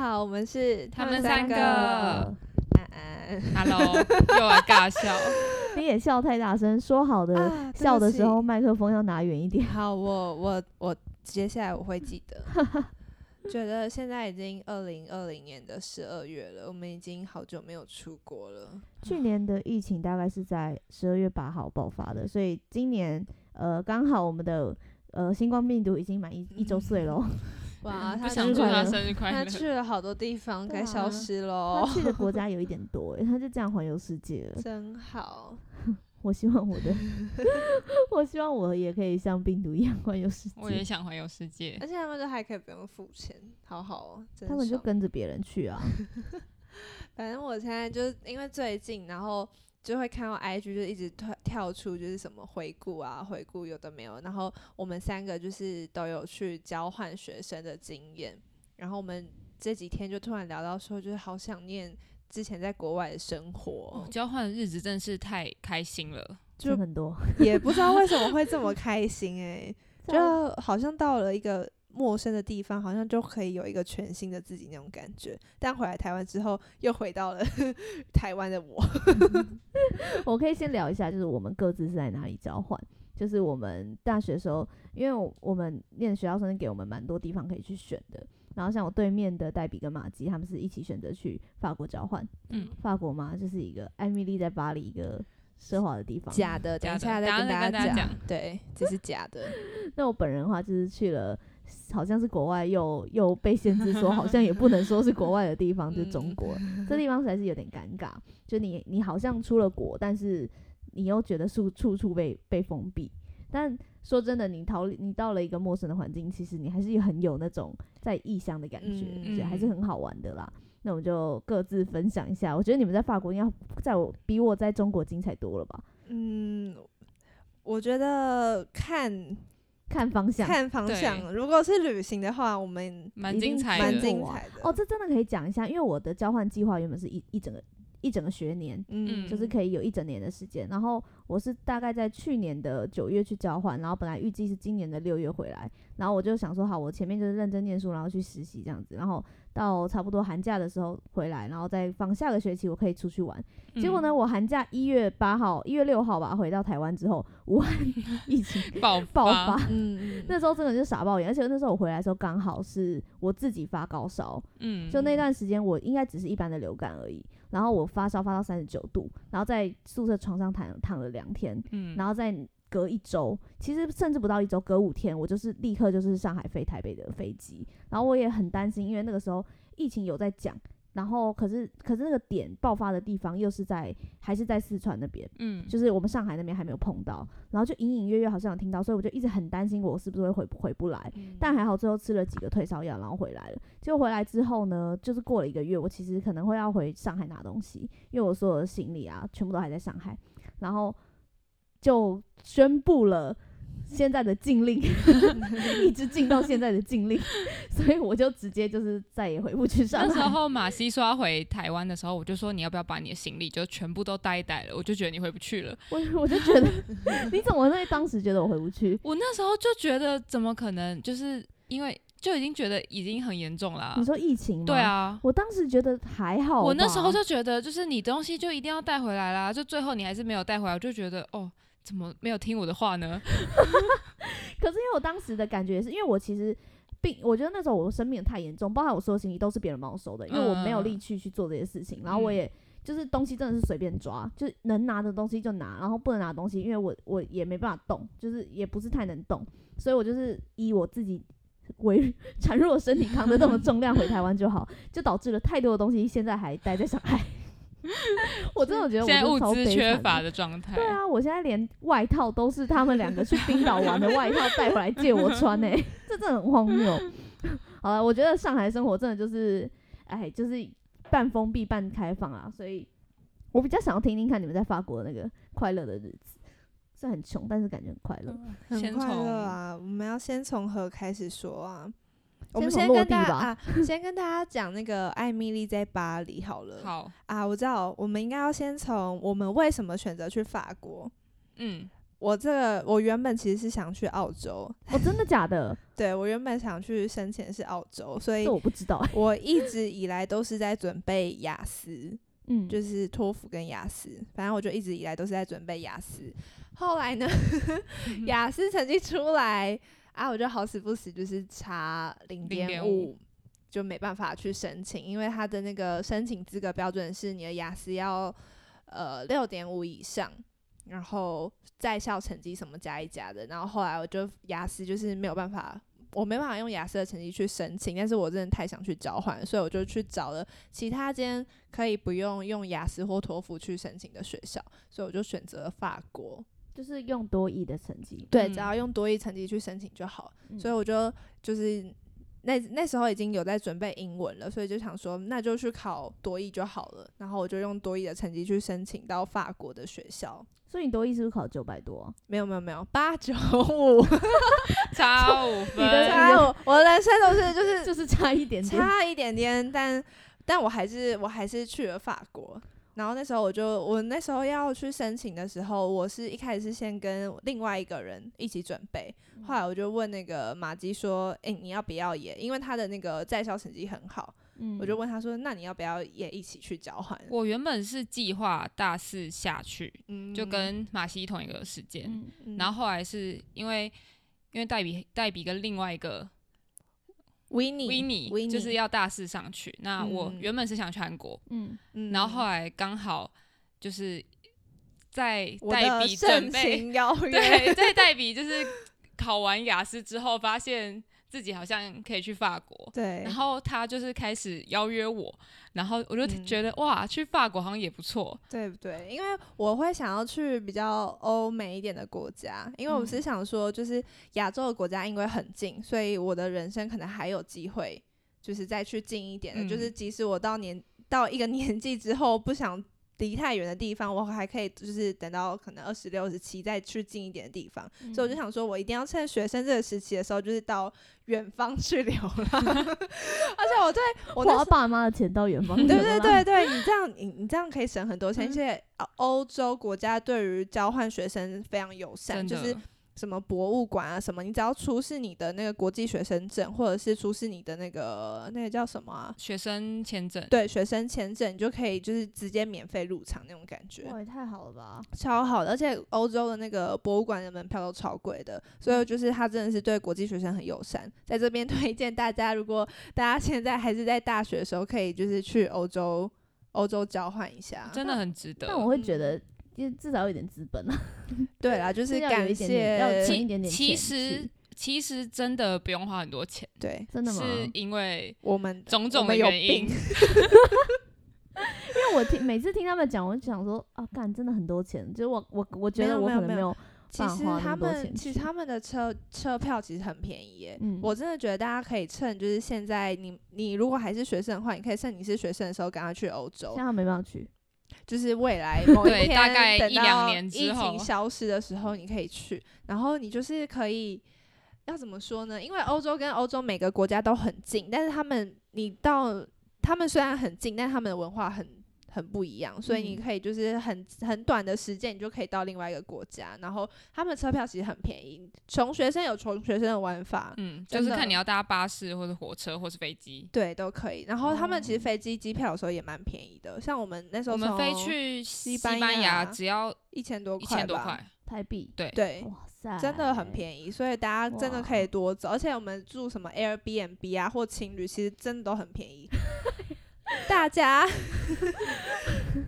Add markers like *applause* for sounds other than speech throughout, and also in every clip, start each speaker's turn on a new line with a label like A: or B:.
A: 好，我们是
B: 他们三
C: *laughs*
A: 嗯
B: 个。
A: 安安，
B: Hello，又 *laughs* 来尬笑。
C: 你也笑太大声，说好的、
A: 啊对
C: 笑
A: 不
C: 的时
A: 起
C: 候麦克风要拿远一点。
A: 好，我我我接下来我会记
C: *laughs*
A: 得。觉得现在已经二零二零年的十二月了，我们已经好久没有出国了。
C: 去年的疫情大概是在十二月八号爆发的，所以今年呃刚好我们的呃新冠病毒已经满一一周岁喽。
A: 嗯哇，
B: 嗯不
A: 他
B: 想
A: 去
B: 祝
C: 快
B: 他
A: 了，
C: 乐
B: 生日快
A: 他
B: 乐。
A: 去了好多地方，
C: 对
A: 该消
C: 啊
A: 失
C: *laughs* 他
A: 喽，
C: 去的国家有一点多、欸，他就这样环游世界
A: *laughs*
C: 了。
A: 真好。
C: 我希望我的， *laughs* 我希望我也可以像病毒一样环游世
B: *laughs* 我也
C: 界。
B: 想环游世界
A: 而，且他们都还可以不用付钱，好好哦。真
C: 他们就
A: 爽
C: 跟着别人去
A: *laughs*
C: 啊，
A: 反正我现在就是因为最近，然后就会看到 IG 就一直跳跳出就是什么回顾啊，回顾有的没有。然后我们三个就是都有去交换学生的经验，然后我们这几天就突然聊到说，就是好想念之前在国外的生
B: 哦
A: 活，
B: 交换的日子真是太开心了。
A: 就
C: 就很多。
A: 也不知道为什么会这么开心诶、就好像到了一个陌生的地方，好像就可以有一个全新的自己那种感觉。但回来台湾之后，又回到了 *laughs* 台湾的我。
C: 我可以先聊一下，就是我们各自是在哪里交换。就是我们大学的时候，因为我我们念学校生给我们蛮多地方可以去选的。然后像我对面的黛比跟马基，他们是一起选择去法国交换。
B: 嗯，
C: 法国嘛，就是一个艾米丽在巴黎一个奢华的地方。
A: 假的，等
B: 假
A: 一下再
B: 的等一下
A: 跟
B: 再
A: 大
B: 跟大
A: 家
B: 家
A: 讲
B: 讲。
A: 对，这是假的。
C: 那我本人的话，就是去了，好像是国外又又被限制说，好像也不能说是国外的地
A: *laughs*
C: 方，
A: 嗯
C: 就是中国。这地方实在是有点尴尬，就你你好像出了国，但是你又觉得处处处被被封闭。但说真的，你逃离你到了一个陌生的环境，其实你还是很有那种在异乡的感觉，
A: 嗯
C: 就还是很好玩的啦。那我们就各自分享一下，我觉得你们在法国应该在我比我在中国精彩多了吧？
A: 嗯，我觉得看
C: 看方向，
A: 看方向，如果是旅行的话，我们
B: 蛮
C: 一定
B: 精彩
A: 蛮
B: 的。
C: 程度
A: 精
C: 啊
A: 彩的。
C: 哦，这真的可以讲一下，因为我的交换计划原本是一一整个一整个学年，
A: 嗯，
C: 就是可以有一整年的时间。然后我是大概在去年的九月去交换，然后本来预计是今年的六月回来，然后我就想说，好，我前面就是认真念书，然后去实习这样子，然后到差不多寒假的时候回来，然后再放下个学期我可以出去玩。
B: 嗯
C: 结果呢，我寒假一月八号、一月六号吧回到台湾之后，武汉 *laughs* 疫情 *laughs*
B: 嗯？爆
C: 爆发。
A: *laughs* 嗯，
C: 那时候真的就傻爆眼，而且那时候我回来的时候刚好是我自己发高烧，
B: 嗯，
C: 就那段时间，我应该只是一般的流感而已。然后我发烧发到三十九度，然后在宿舍床上躺躺了两天，
B: 嗯，
C: 然后再隔一周，其实甚至不到一周，隔五天，我就是立刻就是上海飞台北的飞机。然后我也很担心，因为那个时候疫情有在讲，然后可是可是那个点爆发的地方又是在还是在四川那边，
B: 嗯，
C: 就是我们上海那边还没有碰到，然后就隐隐约约好像有听到，所以我就一直很担心我是不是会回回不来。但还好最后吃了几个退烧药，然后回来了。结果回来之后呢，就是过了一个月，我其实可能会要回上海拿东西，因为我所有的行李啊，全部都还在上海，然后就宣布了。现在的禁令 *laughs* 一直禁到现在的禁令， *laughs* 所以我就直接就是再也回不去上
B: 那时
C: 海。
B: 候马西说要回台湾的时候，我就说你要不要把你的行李就全部都带一带了，我就觉得你回不去了。
C: 我 *laughs* 我就觉得， *laughs* 你怎么会当时觉得我回不去？
B: 我那时候就觉得怎么可能，就是因为就已经觉得已经很严重 *laughs* 了啊、
C: 你说疫情吗？
B: 对，啊。
C: 我当时觉得还好吧。
B: 我那时候就觉得，就是你东西就一定要带回来啦，就最后你还是没有带回来，我就觉得哦，怎么没有听我的话呢？
C: 可是因为我当时的感觉是因为我其实并我觉得那时候我生病得太严重，包含我所有行李都是别人帮我收的，因为我
B: 嗯
C: 没有力气去做这些事情，然后我也。就是东西真的是随便抓，就是能拿的东西就拿，然后不能拿的东西，因为我我也没办法动，就是也不是太能动，所以我就是以我自己为孱弱的身体扛得动的重量回台湾就好，就导致了太多的东西现在还待在上海。 *laughs* 我真
B: *laughs*
C: 的觉得我
B: 现在
C: 真的
B: 物
C: 超
B: 资
C: 悲
B: 缺
C: 惨
B: 乏的状态，
C: 对啊，我现在连外套都是他们两个去冰岛玩的外套带回来借我穿
A: *laughs*
C: 呢、这真的很荒谬。好了，我觉得上海生活真的就是，哎，就是半封闭半开放啊，所以我比较想要听听看你们在法国那个快乐的日子，是很穷，但是感觉很快乐。
A: 很
B: 先
A: 快乐
B: 从
A: 啊！我们要先从何开始说啊？我们
C: 先
A: 先
C: 从落
A: 跟大
C: 地
A: 家
C: 吧
A: 啊，先跟大家讲那个艾米丽在巴黎好了。
B: 好，
A: 啊，我知道，我们应该要先从我们为什么选择去法国。
C: *laughs*
B: 嗯，
A: 我这个我原本其实是想去澳洲，
C: 哦，真的
A: *laughs*
C: 假的？
A: 对我原本想去申请的是澳洲，所以
C: 这我不知道。
A: 我一直以来都是在准备雅思，
C: 嗯，
A: 就是托福跟雅思，反正我就一直以来都是在准备雅思。后来呢，雅思成绩出来啊，我就好死不死就是差零点
B: 0.5
A: 五，就没办法去申请，因为它的那个申请资格标准是你的雅思要呃六点五以上。然后在校成绩什么加一加的，然后后来我就雅思就是没有办法，我没办法用雅思的成绩去申请，但是我真的太想去交换，所以我就去找了其他间可以不用用雅思或托福去申请的学校，所以我就选择了法国。
C: 就是用多亿的成绩，
A: 对，
B: 嗯
A: 只要用多益成绩去申请就好。
C: 嗯
A: 所以我就就是那那时候已经有在准备英文了，所以就想说那就去考多益就好了。然后我就用多益的成绩去申请到法国的学校。
C: 所以你多亿是不是考九百多啊？
A: 没有没有没有，八九五，
B: 差五
C: 你的
A: *laughs*
B: 分，
A: 差我我的人生都是就是
C: 就是差一点
A: 嗯
C: 点。
A: 差一点点，但但我还是我还是去了法国。然后那时候我就我那时候要去申请的时候，我是一开始是先跟另外一个人一起准备，
B: 嗯
A: 后来我就问那个马姬说：“诶，你要不要也？因为他的那个在校成绩很好，
C: 嗯
A: 我就问他说：那你要不要也一起去交换？”
B: 我原本是计划大四下去，
A: 嗯
B: 就跟马西同一个时间，
C: 嗯
B: 然
A: 后
B: 后后来是因为因为黛比黛比跟另外一个
A: 维尼
B: 维尼
A: 维尼
B: 就是要大四上去，那我
A: 嗯
B: 原本是想去韩国，
C: 嗯，
A: 嗯
B: 然后后来刚好就是在
A: 嗯我
B: 黛
A: 的
B: 比
A: 盛
B: 准备，
A: 情
B: *laughs*
A: 邀约，
B: 对，在黛比就是考完雅思之后，发现自己好像可以去法国。
A: 对，
B: 然后他就是开始邀约我，然后我就
A: 嗯
B: 觉得、哇，去法国好像也不错，
A: 对不对？因为我会想要去比较欧美一点的国家，因为我是想说，就是亚洲的国家因为很近，所以我的人生可能还有机会，就是再去近一点的。
B: 嗯
A: 就是即使我到年到一个 *laughs* 年纪之后，不想离太远的地方，我还可以就是等到可能二十六、十七再去近一点的地方。
C: 嗯
A: 所以我就想说，我一定要趁学生这个时期的时候，就是到远方去 *laughs* 流浪。而且我对我那时
C: 花爸妈的钱到
A: *laughs*
C: 远方去了
A: 对
C: 啦，
A: 对对
C: *laughs*
A: 对，你这样你你这样可以省很多
B: 嗯
A: 钱，而且呃欧洲国家对于交换学生非常友善，
B: 真
A: 就
B: 的。
A: 是什么博物馆啊什么，你只要出示你的那个国际学生证，或者是出示你的那个那个叫什么啊？
B: 学生签证，
A: 对，学生签证，你就可以就是直接免费入场那种感觉，
C: 哇，也太好了吧！
A: 超好的。而且欧洲的那个博物馆的门票都超贵的，所以就是它真的是对国际学生很友善。在这边 *laughs* 推荐大家，如果大家现在还是在大学的时候，可以就是去欧洲欧洲交换一下，
B: 真的很值得。
C: 但我会觉
A: 嗯
C: 得，就至少有一点资本啊，
A: 对啦，就
C: 就是要有
A: 感
C: 一点点要有
A: 谢
C: 存一点点
B: 其
C: 钱
B: 实
C: 去
B: 其实真的不用花很多钱，
A: 对
C: 真的吗？
B: 是因为
A: 我们
B: 种
A: 我
B: 种
A: 们
B: 的
A: 有
B: 原
A: 病。
B: 因
C: 因为我听每次听他们讲，我就想说啊，干真的很多钱，就是我我我觉
A: 没
C: 得
A: 有
C: 我
A: 没
C: 可
A: 有
C: 能
A: 没
C: 没
A: 有
C: 有，
A: 其
C: 爸
A: 实
C: 花那
A: 他
C: 么多
A: 们
C: 钱
A: 其实
C: 去
A: 他们的车车票其实很便宜耶。
C: 嗯，
A: 我真的觉得大家可以趁就是现在你你如果还是学生的话，你可以趁你是学生的时候赶快去欧洲
C: 现，在没办法去，
A: 就是未
B: *laughs*
A: 来某一
B: 对
A: 天
B: 大概
A: 等
B: 一两
A: 到
B: 年之
A: 疫
B: 后
A: 情消失的时候，你可以去，然后你就是可以。要怎么说呢？因为欧洲跟欧洲每个国家都很近，但是他们你到他们虽然很近，但他们的文化很很不一样，所以你
C: 嗯
A: 可以就是很很短的时间，你就可以到另外一个国家。然后他们车票其实很便宜，穷学生有穷学生的玩法，
B: 嗯，
A: *laughs* 真
B: 就是
A: 的
B: 看你要搭巴士或者火车或是飞机。
A: 对，都可以。然后他们其实
C: 哦
A: 飞机机票有时候也蛮便宜的，像我们那时候
B: 我们飞
A: 从
B: 去西
A: 班
B: 班牙
A: 牙
B: 只要
A: 一千多
B: 一
A: 块吧，
B: 千多块，
C: 台币，
A: 对，
C: 哇塞，
A: 真的很便宜，所以大家真的可以多走。而且我们住什么 Airbnb 啊，或情侣，其实真的都很便宜。大家 *laughs*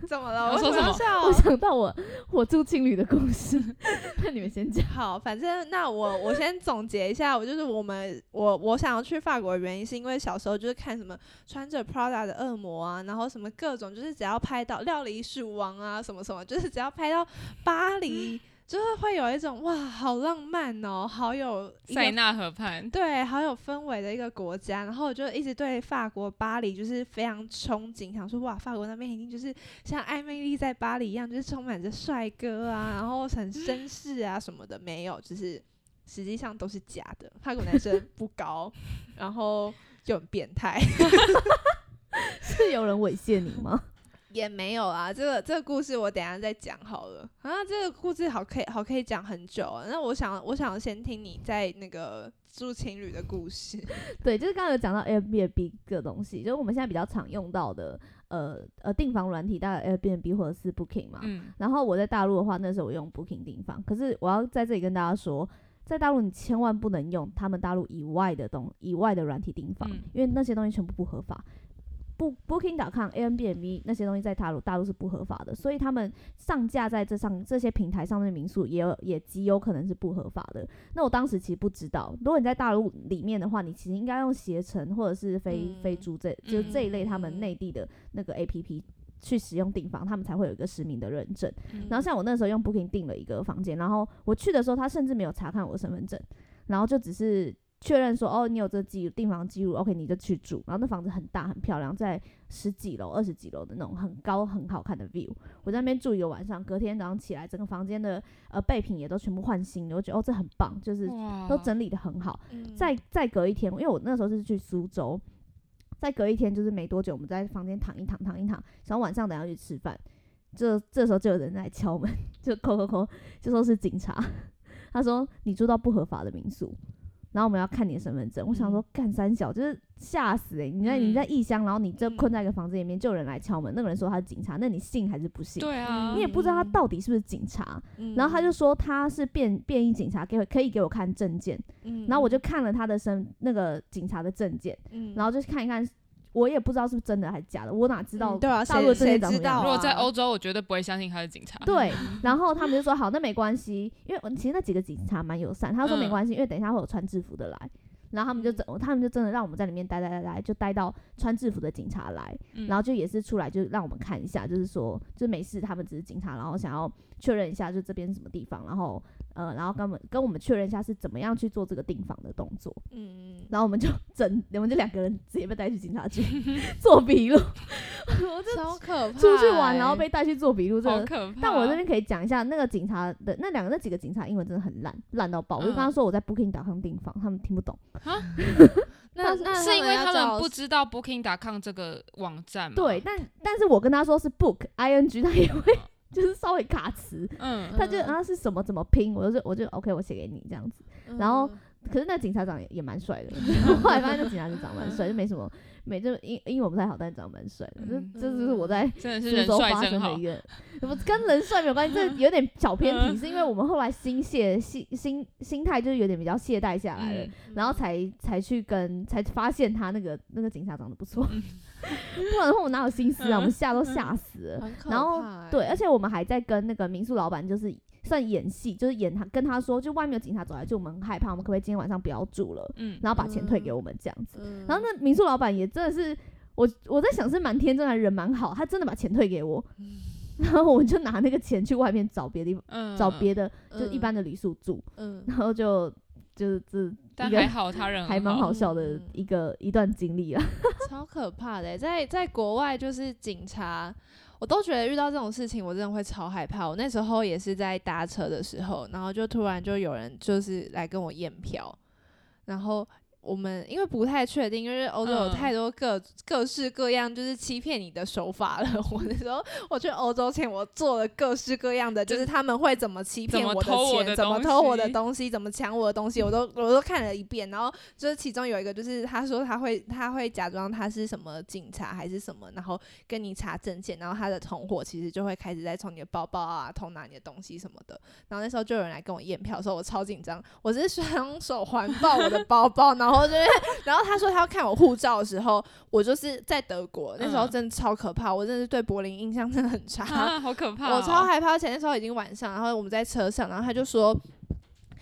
A: 怎么了？
B: 我说
A: 为么要
B: 什么
A: 笑
C: 我想到我我住青旅的故事， *laughs* 那你们先讲。
A: *laughs* 好，反正那我我先总结一下，我就是我们我我想要去法国的原因，是因为小时候就是看什么穿着 Prada 的恶魔啊，然后什么各种就是只要拍到料理鼠王啊，什么什么，就是只要拍到巴黎，就是会有一种哇，好浪漫哦，好有一个
B: 塞纳河畔，
A: 对，好有氛围的一个国家。然后我就一直对法国巴黎就是非常憧憬，想说哇，法国那边一定就是像艾米丽在巴黎一样，就是充满着帅哥啊，然后很绅士啊什么的。没有，就是实际上都是假的。法国男生不高，然后就很变态。 *laughs*
C: 是有人猥亵你吗？ *laughs*
A: 也没有啊，这个这个故事我等一下再讲好了。啊，这个故事好可以好可以讲很久、啊。那我想我想先听你在那个住情侣的故事。
C: 对，就是刚刚有讲到 Airbnb 这个东西，就是我们现在比较常用到的，呃呃，订房软体，大概 Airbnb 或者是 Booking 嘛。
B: 嗯，
C: 然后我在大陆的话，那时候我用 Booking 订房，可是我要在这里跟大家说，在大陆你千万不能用他们大陆以外的东以外的软体订房，
B: 嗯
C: 因为那些东西全部不合法。不 Booking.com、Airbnb 那些东西在大陆大陆是不合法的，所以他们上架在这上这些平台上面的民宿也有也极有可能是不合法的。那我当时其实不知道，如果你在大陆里面的话，你其实应该用携程或者是飞、
A: 嗯
C: 飞猪这就这一类他们内地的那个 APP 去使用订房，他们才会有一个实名的认证。然后像我那时候用 Booking 订了一个房间，然后我去的时候，他甚至没有查看我的身份证，然后就只是确认说，哦，你有这记录订房记录，OK，你就去住。然后那房子很大很漂亮，在十几楼、二十几楼的那种很高很好看的 view。我在那边住一个晚上，隔天早上起来，整个房间的呃备品也都全部换新的，我觉得哦这很棒，就是
B: 哇，
C: 都整理的很好。
A: 嗯
C: 再再隔一天，因为我那时候是去苏州，再隔一天就是没多久，我们在房间躺一躺，躺一躺，然后晚上等下去吃饭，这这时候就有人来敲门， *laughs* 就扣扣扣，就说是警察， *laughs* 他说你住到不合法的民宿。然后我们要看你的身份证，我想说干三小就是吓死诶、你在你在异乡，然后你这
A: 嗯嗯
C: 困在一个房子里面，就有人来敲门，那个人说他是警察，那你信还是不信？
B: 对啊，
C: 嗯你也不知道他到底是不是警察。
A: 嗯
C: 然后他就说他是便便衣警察，给我可以给我看证件，
A: 嗯，嗯
C: 然后我就，看了他的身那个警察的证件，
A: 嗯
C: 然后就看一看，我也不知道是不是真的还是假的，我哪知道？
A: 嗯对啊，
C: 大陆的
A: 谁谁
C: 证件长
A: 知
C: 什么样
A: 道、啊？
B: 如果在欧洲，我绝对不会相信他是警察。
C: 对，
A: 啊
C: *laughs* 然后他们就说好，那没关系，因为我其实那几个警察蛮友善，他说没
B: 嗯
C: 关系，因为等一下会有穿制服的来。然后他们就真，
A: 嗯
C: 他们就真的让我们在里面待待待待，就待到穿制服的警察来，
B: 嗯，
C: 然后就也是出来就让我们看一下，就是说就没事，他们只是警察，然后想要确认一下就这边是什么地方，然后呃，然后跟我们跟我们确认一下是怎么样去做这个订房的动作。
A: 嗯，
C: 然后我们就 *laughs* 整，我们就两个人直接被带去警察局 *laughs* 做笔录，
A: 我 *laughs* 超可怕、欸
C: 出去玩然后被带去做笔录，这
B: 好
C: 个。
B: 可怕。哦
C: 但我这边可以讲一下，那个警察的那两个那几个警察英文真的很烂，烂到爆。我就跟他
B: 嗯
C: 说我在 Booking 打上订房，他们听不懂。
A: 那那
B: 是因为
A: 要
B: 他
A: 找
B: 们不知道 Booking.com 这个网站吗？ *laughs*
C: 对，但但是我跟他说是 book *laughs* ing，他也会就是稍微卡词，
B: 嗯，
C: 他就
A: 嗯
C: 啊是什么怎么拼，我就我就 OK，我写给你这样子。然后
A: 嗯
C: 可是那警察长也也蛮帅
B: *laughs*
C: 的，后来发现那警察就长蛮帅，就没什么，没就英英文不太好，但是长蛮帅的。
B: 嗯
C: 这这就是我在
B: 真的是
C: 苏
B: 人
C: 州
B: 帅
C: 发
B: 真
C: 生的
B: 好嗯
C: 一。个，不跟人帅没有
B: *laughs*
C: 关系，这有点小偏题，是因为我们后来心懈心心心态就是有点比较懈怠下来了，
B: 嗯，
C: 然后才才去跟才发现他那个那个警察长得不错，
B: 嗯
C: *laughs* 不然的话我哪有心思啊，我们吓都吓死
B: 嗯
C: 了。
A: 很可
C: 然后
A: 怕欸
C: 对，而且我们还在跟那个民宿老板就是算演戏，就是演他跟他说，就外面有警察走来，就我们很害怕，我们可不可以今天晚上不要住了，
B: 嗯，
C: 然后把钱退给我们这样子。
A: 嗯
C: 然后那民宿老板也真的是，我我在想是蛮天真，还人蛮好，他真的把钱退给我，
A: 嗯
C: *laughs* 然后我就拿那个钱去外面找别的地方，
B: 嗯
C: 找别的就
A: 嗯
C: 一般的旅宿住，
A: 嗯
C: 然后就就是这
B: 但
C: 一个
B: 还好他人
C: 还蛮
B: 好
C: 好笑的
A: 嗯
C: 一个一段经历啊。
A: *laughs* 超可怕的欸、在在国外就是警察，我都觉得遇到这种事情，我真的会超害怕。我那时候也是在搭车的时候，然后就突然就有人就是来跟我验票，然后。我们因为不太确定，因为欧洲有
B: 嗯
A: 太多各、各式各样就是欺骗你的手法了。 *laughs* 我那时候我去欧洲前，我做了各式各样的，就
B: 就是
A: 他们会怎么欺骗
B: 怎么
A: 我的
B: 偷我
A: 钱，
B: 的
A: 怎么
B: 东
A: 偷我的
B: 西
A: 东西，怎么抢我的东西，我都我都看了一遍。然后就是其中有一个，就是他说他会他会假装他是什么警察还是什么，然后跟你查证件，然后他的同伙其实就会开始在从你的包包啊偷拿你的东西什么的。然后那时候就有人来跟我验票的时候，我超紧张，我是双手环抱我的包包，然后就是， *laughs* 然后他说他要看我护照的时候，我就是在德国，那时候
B: 嗯
A: 真的超可怕，我真的是对柏林印象真的很差。
B: 啊，好可怕哦！
A: 我超害怕，而且那时候已经晚上，然后我们在车上，然后他就说，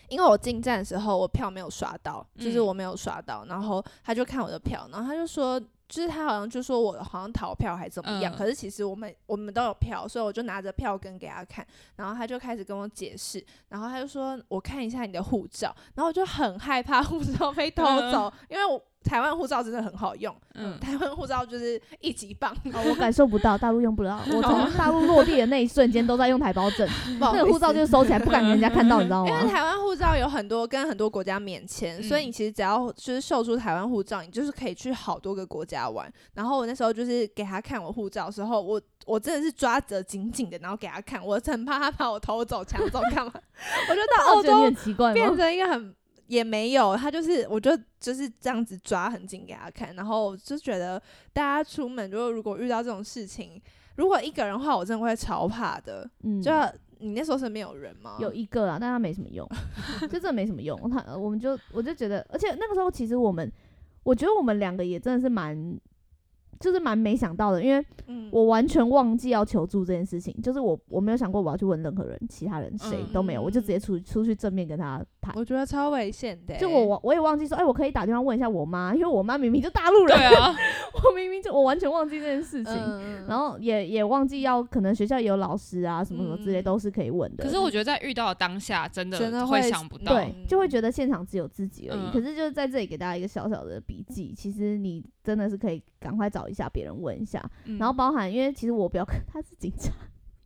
A: 因为我进站的时候我票没有刷到，就是
B: 嗯
A: 我没有刷到，然后他就看我的票，然后他就说。就是他好像就说我好像逃票还怎么样，
B: 嗯
A: 可是其实我们我们都有票，所以我就拿着票根给他看，然后他就开始跟我解释，然后他就说我看一下你的护照，然后我就很害怕护照被偷
B: 嗯
A: 走，因为我台湾护照真的很好用，
B: 嗯，
A: 台湾护照就是一级棒，
C: 哦，我感受不到，大陆用不了。我从大陆落地的那一瞬间都在用台胞证，
A: *laughs* 不 *laughs* 好
C: 那个
A: 意
C: 护照
A: 思
C: 就是收起来，不敢给人家看到，你知
A: *laughs*
C: 道
A: 因
C: 吗？
A: 为台湾护照有很多跟很多国家免签，所以
C: 嗯
A: 你其实只要就是秀出台湾护照，你就是可以去好多个国家玩。然后我那时候就是给他看我护照的时候，我我真的是抓着紧紧的，然后给他看，我很怕他把我偷走、抢走
C: *laughs*
A: 干嘛。我就到
C: 我
A: 欧
C: 哦觉得你
A: 洲
C: 很奇怪
A: 变
C: 吗？
A: 成一个很也没有，他就是我就就是这样子抓很紧给他看，然后我就觉得大家出门就如果遇到这种事情，如果一个人的话，我真的会超怕的。
C: 嗯，
A: 就你那时候身边有人
B: 嗯
A: 吗？
C: 有一个啊，但他没什么
B: *laughs*
C: 用，就真的没什么用。他呃我们就我就觉得，而且那个时候其实我们，我觉得我们两个也真的是蛮，就是蛮没想到的，因为
A: 嗯，
C: 我完全忘记要求助这件事情，就是我我没有想过我要去问任何人，其他人谁
B: 嗯
C: 都没有，我就直接出出去正面跟他谈。
A: 我觉得超危险的欸、
C: 就我我我也忘记说，哎、我可以打电话问一下我妈，因为我妈明明就大陆
B: 对
C: 人，
B: 啊，
C: *laughs* 我明明就我完全忘记这件事情，
A: 嗯
C: 然后也也忘记要可能学校也有老师啊什么什么之类
A: 嗯
C: 都是可以问的。
B: 可是我觉得在遇到当下，真
A: 真的
B: 的
A: 会
B: 想不到，
C: 对，就
A: 嗯
C: 会觉得现场只有自己而已。
B: 嗯
C: 可是就是在这里给大家一个小小的笔记，其实你真的是可以赶快找一下别人问一下，
B: 嗯
C: 然后包含因为其实我表哥他是警察，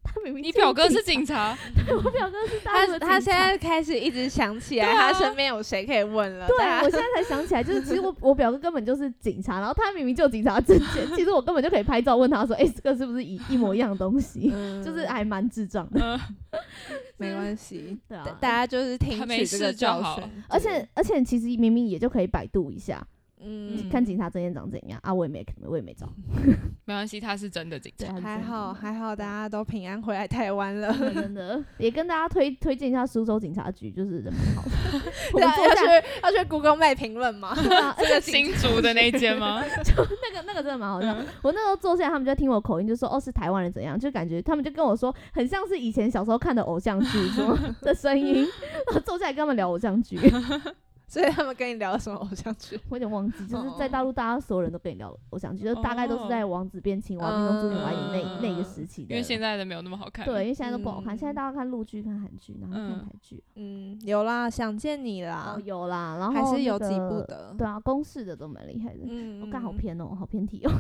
C: 他明明
B: 你
C: 就
B: 表哥是
C: 警
B: 警察，
C: 察，我表哥是大陆
A: 他
C: 的
A: 他
C: 警
A: 现
C: 察
A: 在开始一直想起来，
B: 对啊
A: 他身边有谁可以问了。
C: 对，啊
A: 大
C: 我
A: 家
C: 现在才想起来，就是其实我我表哥根本就是警察，然后他明明就有警察证件，其实我根本就可以拍照问他说，哎、这个是不是一一模一样的东西？
A: 嗯
C: 就是哎还蛮智障的，
B: 嗯，
A: 没关系，
C: 对
A: 大
C: 啊。
A: 大家就是听
B: 他没
A: 取这个
B: 事就
A: 教
B: 好
A: 训。
C: 而且而且其实明明也就可以百度一下，
A: 嗯，
C: 看警察证件长怎样啊，我也没我也没找，
B: 没关系，他是真的警
C: 对，
B: 察。
C: 他是
A: 还
C: 真的
A: 好
C: 没
A: 还好，大家都平安回来台湾
C: *laughs*
A: 了。
C: 对嗯真的，也跟大家推推荐一下苏州警察局，就是人蛮好的。 *laughs* 我
A: 对
C: 们
A: 啊
C: 坐
A: 要
C: 下，
A: 去要去 Google 卖评论吗？
C: *laughs*
A: *laughs*
C: 对啊而
B: 这
C: 且
B: 个新竹的那一间吗？
C: 那个那个真的蛮好笑。
A: 嗯
C: 我那时候坐下来，他们就在听我口音，就说哦是台湾人怎样，就感觉他们就跟我说很像是以前小时候看的偶像剧什
A: *laughs*
C: 么的声音。 *laughs* 然后坐下来跟他们聊偶像剧， *laughs*
A: 所以他们跟你聊什么偶像剧？
C: 我有点忘
A: 哦
C: 记，就是在大陆大家所有人都跟你聊偶像剧，就大概都是在《王子变青
A: 嗯
C: 蛙》《命中注定完你那那个时期的。
B: 因为现在的没有那么好看。
C: 对，，因为现在都不好看，
A: 嗯
C: 现在大家看陆剧、看韩剧，然后看
B: 嗯
C: 台剧。
A: 嗯，有啦，想见你啦
C: 哦，，有啦，然后
A: 还是有
C: 那
A: 几部
C: 个。
A: 的。
C: 对啊，公式的都蛮厉害的。
A: 嗯
C: 我、干好
A: 嗯
C: 偏哦，好偏题哦。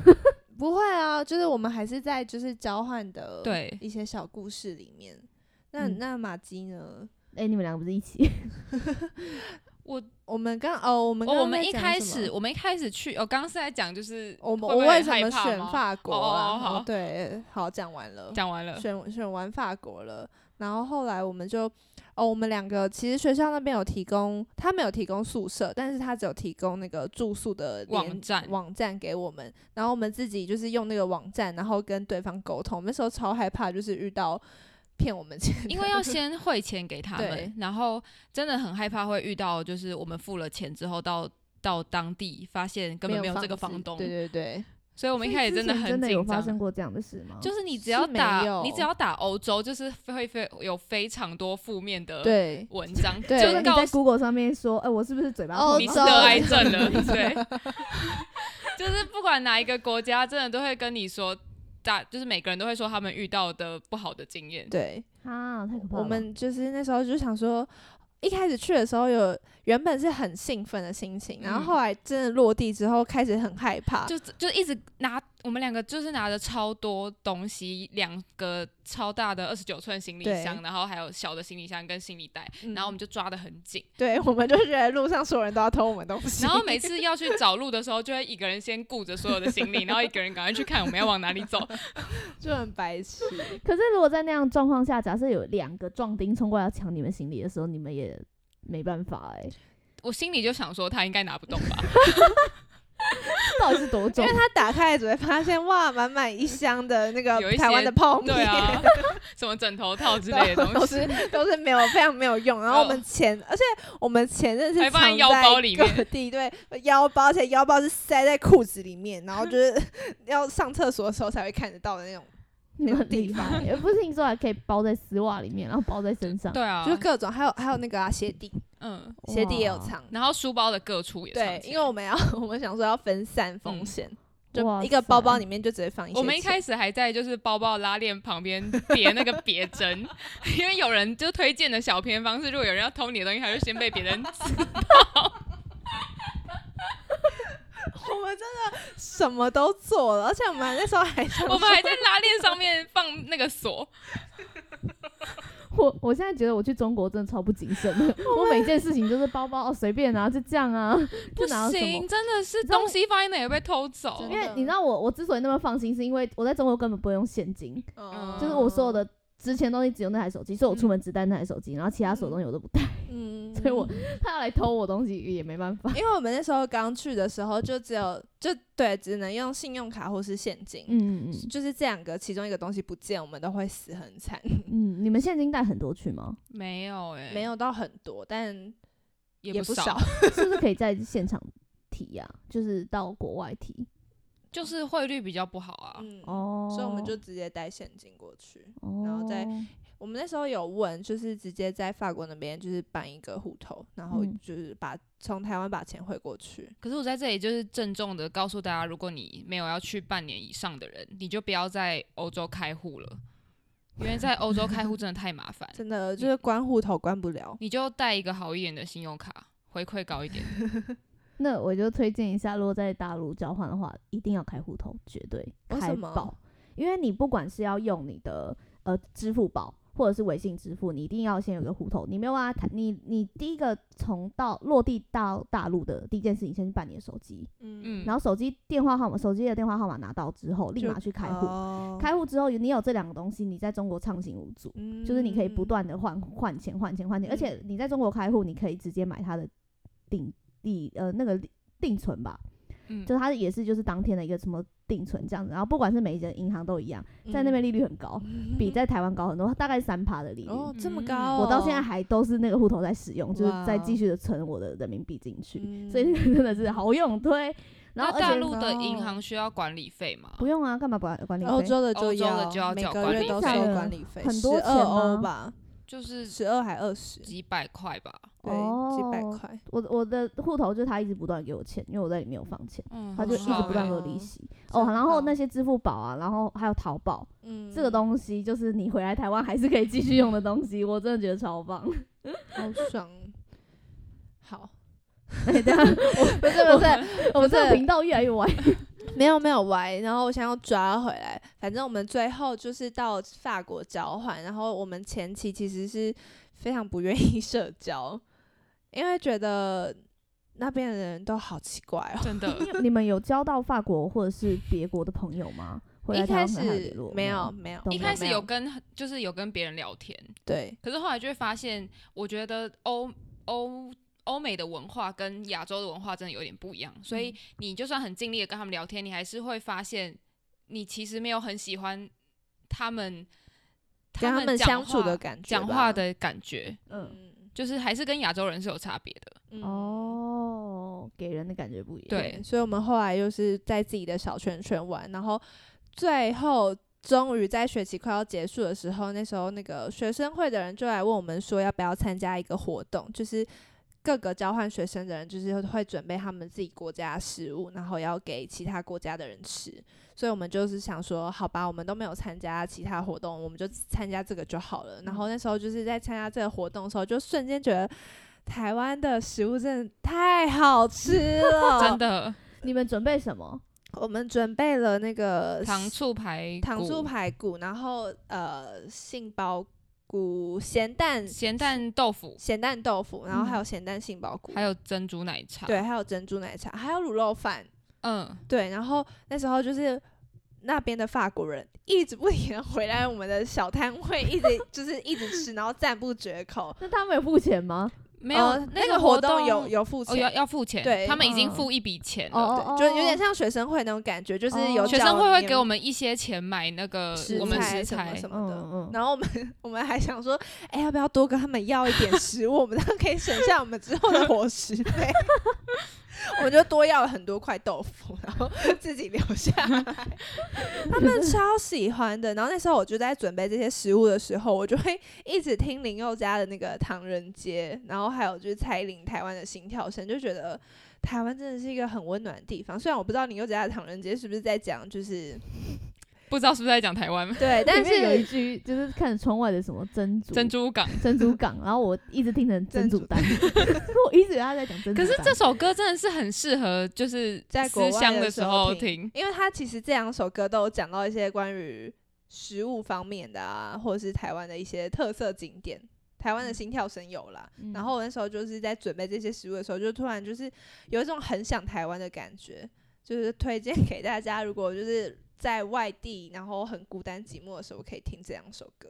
A: 不会啊，就是我们还是在就是交换的
B: 对
A: 一些小故事里面。那
C: 嗯
A: 那马基呢？
C: 哎、你们两个不是一起？
A: 我们刚哦，我们刚
B: 哦，
A: 刚
B: 我们
A: 在
B: 一
A: 讲
B: 开
A: 什么哦
B: 始，我们一开始去，哦，刚刚是在讲就是
A: 我们
B: 会不
A: 我
B: 会
A: 为
B: 很
A: 什
B: 害
A: 么
B: 怕
A: 选
B: 吗
A: 法国
B: 哦
A: 啦？
B: 哦好
A: 对，好，讲完了，
B: 讲完了，
A: 选选完法国了，然后后来我们就哦，我们两个其实学校那边有提供，他没有提供宿舍，但是他只有提供那个住宿的
B: 网
A: 连
B: 站
A: 网站给我们，然后我们自己就是用那个网站，然后跟对方沟通。我们那时候超害怕，就是遇到骗我们钱的，
B: 因为要先汇钱给他
A: 对
B: 们，然后真的很害怕会遇到，就是我们付了钱之后到到当地发现根本没有这个
A: 房
B: 房
A: 子
B: 东，
A: 对对对，
B: 所以我
C: 我
B: 们一开始
C: 真 *laughs*
B: 的
C: 真
B: 很
C: 的有
B: 紧
C: 发生
B: 张。
C: 过这样的事吗？
B: 就是你只
A: 啊是
B: 要
A: 没
B: 打
A: 有，
B: 你只要打欧洲，就是会非有非常多负面的
A: 对
B: 文章，
A: 对
B: 就
C: 就是
B: 是
C: 你
B: 告
C: 在
B: 诉
C: Google 上面说，哎、我是不是嘴巴
A: 哦
C: 痛？
B: 你是
A: 洲
B: 得癌
A: *laughs*
B: 症了，对，就是不管哪一个国家，真的都会跟你说，大就是每个人都会说他们遇到的不好的经验，
A: 对，
C: 啊，太可怕了。
A: 我们就是那时候就想说，一开始去的时候有原本是很兴奋的心情，然后
B: 嗯
A: 后来真的落地之后开始很害怕，
B: 就就一直拿我们两个就是拿着超多东西，两个超大的二十九寸行李
A: 对
B: 箱，然后还有小的行李箱跟行李袋，
A: 嗯
B: 然后我们就抓得很紧，
A: 对我们就觉得路上所有人都要偷我们东西，
B: 然后每次要去找路的时候，就会一个人先顾着所有的
A: *laughs*
B: 行李，然后一个人赶快去看我们要往哪里走，
A: 就很白痴。
C: 可是如果在那样状况下，假设有两个壮丁冲过来要抢你们行李的时候，你们也没办法哎、
B: 我心里就想说他应该拿不动吧，
A: *laughs*
C: 到底是多
A: 因
C: 重
A: 为？他打开只会发现哇，满满一箱的那个
B: 有一
A: 台湾
B: 些
A: 的泡面，
B: 对啊， *laughs* 什么枕头套之
A: 都
B: 类的东
A: 都
B: 西，哦
A: 是都是没有非常没有用。然后我们钱，而且我们钱真的是
B: 还放在
A: 藏
B: 腰包里面
A: 各地对腰包，而且腰包是塞在裤子里面，然后就是 *laughs* 要上厕所的时候才会看得到的那种，
C: 你们很厉
A: 没有
C: 害， *laughs* 也不是听说还可以包在丝袜里面，然后包在身上。
B: 对啊，
A: 就各种还有还有那个啊鞋底，
B: 嗯，
C: 哇
A: 鞋底也有藏。
B: 然后书包的各处也
A: 对
B: 藏，起来
A: 因为我们要 *laughs* 我们想说要分散风
B: 嗯
A: 险，
C: 哇
A: 就一个包包
C: 塞
A: 里面就直接放一些钱。
B: 我们一开始还在就是包包拉链旁边别那个别针， *laughs* 因为有人就推荐的小偏方是，
A: *laughs*
B: 如果有人要偷你的东西，他就先被别人知道。
A: 我们真的什么都做了，而且我们那时候还想
B: *laughs* 我们
A: 说
B: 还在拉链上面放那
A: *laughs*
B: 个锁，
C: 我我现在觉得我去中国真的超不谨慎的，我每件事情就是包包哦随便啊，就这样啊，
B: 不
C: 拿什
B: 行，
C: 么。
B: 真的是
C: 知道
B: 东西放在那也被偷走
A: 真
C: 因
A: 的。
C: 为你知道我我之所以那么放心，是因为我在中国根本不用现金，
A: 嗯
C: 就是我所有的之前东西只有那台手机，所以我出门只带那台手机，然后其他所有东西我都不带，
A: 嗯，
C: 所以我他要来偷我东西也没办法。
A: 因为我们那时候刚去的时候，就只有就对，只能用信用卡或是现金，
C: 嗯嗯
A: 就是这两个其中一个东西不见，我们都会死很惨。
C: 嗯，你们现金带很多去吗？
B: 没有哎、
A: 没有到很多，但
B: 也
A: 不
B: 不
A: 少， *laughs*
C: 是不是可以在现场提呀、就是到国外提
B: 就是汇率比较不好啊。
A: 嗯，
C: 哦，
A: 所以我们就直接带现金过去。
C: 然
A: 后再我们那时候有问，就是直接在法国那边就是办一个户头，然后
C: 嗯
A: 就是把从台湾把钱汇过去。，
B: 可是我在这里就是郑重的告诉大家，如果你没有要去半年以上的人，你就不要在欧洲开户了，因为在欧洲开户真的太麻烦
A: 真的就是关户头关不了，
B: 你就带一个好一点的信用卡，回馈高一
C: *laughs*
B: 点。
C: 那我就推荐一下，如果在大陆交换的话，一定要开户头，绝对
A: 为
C: 开
A: 什么
C: 爆，因为你不管是要用你的呃支付宝或者是微信支付，你一定要先有个户头。你没有办法，你你第一个从到落地到大陆的第一件事情，先去办你的手机，
A: 嗯，
B: 嗯，
C: 然后手机电话号码、手机的电话号码拿到之后，立
A: 就
C: 马去开户。
A: 哦
C: 开户之后，你有这两个东西，你在中国畅行无阻。
A: 嗯
C: 就是你可以不断的换换钱换钱换钱，而且你在中国开户，你可以直接买它的定定呃那个定存吧，
B: 嗯
C: 就是它也是就是当天的一个什么定存这样子，然后不管是每一间银行都一样，在那边
A: 嗯
C: 利率很高，
A: *laughs*
C: 比在台湾高很多，大概三趴的利率。
A: 哦这么
B: 嗯
A: 高哦，
C: 我到现在还都是那个户头在使用，就是在
A: 哇
C: 继续的存我的人民币进去，
A: 嗯
C: 所以这个真的是好用推。然
B: 那
C: 后而
B: 大
C: 且
B: 陆的
A: 哦
B: 银行需要管理费吗？
C: 不用啊，干嘛管管理
A: 欧
C: 费？
A: 洲的
B: 欧
A: 就
B: 洲的
A: 要
B: 就要
A: 每
B: 缴
A: 个
B: 管
A: 月
B: 理
A: 都
C: 费
A: 收
C: 了
A: 管理费，
C: 很多钱
A: 12欧
C: 吗
A: 吧，
B: 就是
A: 十二还二十，
B: 几百块吧。
A: 对，几百
C: 哦
A: 块。
C: 我我的户头就是他一直不断给我钱，因为我在里面有放钱。
B: 嗯，
C: 他就一直不断给我利
A: 欸
C: 息
A: 真
C: 哦。然后
A: 棒
C: 那些支付宝啊，然后还有淘宝，
A: 嗯，
C: 这个东西就是你回来台湾还是可以继续用的东西，我真的觉得
A: *laughs*
C: 超棒。
A: 好爽。好，
C: 哎，等一下， *laughs* 我不是不是，我们这个频道越来越歪。
A: 没有没有歪，然后我想要抓回来。反正我们最后就是到法国交换，然后我们前期其实是非常不愿意社交，因为觉得那边的人都好奇怪哦。
B: 真的
C: 你们有交到法国或者是别国的朋友吗？回来
A: 一
C: 台
A: 开
C: 湾可能还有联
A: 始
C: 络
A: 没有，没有，
C: 都
B: *laughs* 一
C: 没
B: 开始有
A: 没
B: 跟就是有跟别人聊天，
A: 对，
B: 可是后来就会发现，我觉得欧欧欧美的文化跟亚洲的文化真的有点不一样，
A: 嗯
B: 所以你就算很尽力的跟他们聊天，你还是会发现你其实没有很喜欢他们
A: 跟他们
B: 讲
A: 相处
B: 话
A: 的感觉，
B: 讲话，的感觉，
C: 嗯，
B: 就是还是跟亚洲人是有差别的。
A: 嗯
C: 哦，给人的感觉不一样。
B: 对
A: 所以我们后来又是在自己的小圈圈玩，然后最后终于在学期快要结束的时候，那时候那个学生会的人就来问我们说要不要参加一个活动，就是。各个交换学生的人就是会准备他们自己国家的食物，然后要给其他国家的人吃，所以我们就是想说，好吧，我们都没有参加其他活动，我们就参加这个就好了。然后那时候就是在参加这个活动的时候，就瞬间觉得台湾的食物真的太好吃了，
B: 真的，
C: 你们准备什么？
A: 我们准备了那个
B: 糖醋排
A: 糖
B: 骨
A: 醋排骨，然后呃杏鲍菇、咸蛋、
B: 咸蛋豆腐，
A: 咸蛋豆腐，然后还有咸蛋杏鲍菇，
B: 嗯还有珍珠奶茶。
A: 对，还有珍珠奶茶，还有卤肉饭。
B: 嗯，
A: 对，然后那时候就是那边的法国人一直不 *laughs* 停的回来我们的小摊位，一直就是一直吃，然后赞不绝口。
C: 那他们有付钱吗？
B: 没有、
A: 呃那
B: 个
A: 活
B: 动
A: 有有付
B: 哦要
A: 钱。
B: 要付钱，
A: 对
B: 他们已经
C: 嗯
B: 付一笔钱了。
C: 哦
A: 呃对
C: 哦，
A: 就有点
C: 哦
A: 像学生会那种感觉，就是
C: 哦
A: 有
B: 学
A: 叫
B: 生会会
A: 你
B: 给我们一些钱买那个
A: 食
B: 我们
A: 材
B: 食
A: 什么
B: 材，
A: 什么的，
C: 嗯嗯，
A: 然后我们我们还想说，哎、要不要多跟他们要一
C: *laughs*
A: 点食物？我们这样可以省下我们之后的伙食费。 *laughs* 我们就多要了很多块豆腐，然后自己留下来。他们超喜欢的。然后那时候我就在准备这些食物的时候，我就会一直听林宥嘉的那个《唐人街》，然后还有就是蔡依林《台湾的心跳声》，就觉得台湾真的是一个很温暖的地方。虽然我不知道林宥嘉的《唐人街》是不是在讲就是
B: 不知道是不是在讲台湾
A: 对，但
C: 里面有一
A: 是
C: 句就是看窗外的什么珍珠
B: 珍
A: *laughs*
B: 珠港。
C: 珍珠港，然后我一直听成珍珠丹， *laughs* 我一直以为他在讲珍珠
B: 可
C: 丹。
B: 是这首歌真的是很适合，就是
A: 在国
B: 思
A: 外
B: 乡
A: 的
B: 的
A: 时
B: 时
A: 候
B: 候
A: 听
B: 听。
A: 因为他其实这两首歌都有讲到一些关于食物方面的啊，或者是台湾的一些特色景点。台湾的心跳声有啦，
C: 嗯
A: 然后我那时候就是在准备这些食物的时候，就突然就是有一种很想台湾的感觉，就是推荐给大家，如果就是在外地，然后很孤单寂寞的时候，可以听这两首歌，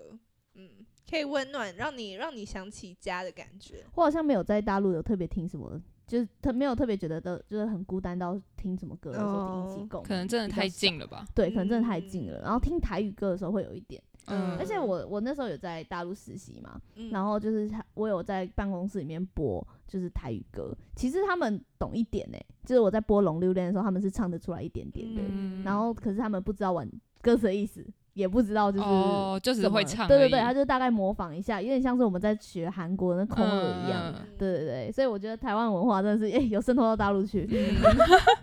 A: 嗯，可以温暖，让你让你想起家的感觉。
C: 我好像没有在大陆有特别听什么，就是特没有特别觉得的，就是很孤单到听什么歌的时候听
A: 哦
C: 一起共鸣，
B: 可能真的
C: 比较
B: 太
C: 少，
B: 近了吧。
C: 对，可能真的太近
A: 嗯
C: 了。然后听台语歌的时候会有一点，
A: 嗯
C: 而且我我那时候有在大陆实习嘛，
A: 嗯，
C: 然后就是他我有在办公室里面播就是台语歌，其实他们懂一点呢、欸就是我在播《龙溜恋》的时候，他们是唱得出来一点点的，
B: 嗯
C: 然后可是他们不知道玩歌词的意思，也不知道就是。
B: 哦，就只是
C: 怎么
B: 会唱而已。
C: 对对对，他就大概模仿一下，有点像是我们在学韩国那空耳一样。
B: 嗯
C: 对对对，所以我觉得台湾文化真的是，哎、有渗透到大陆去。 *laughs*
A: 啊
B: *laughs*
A: 嗯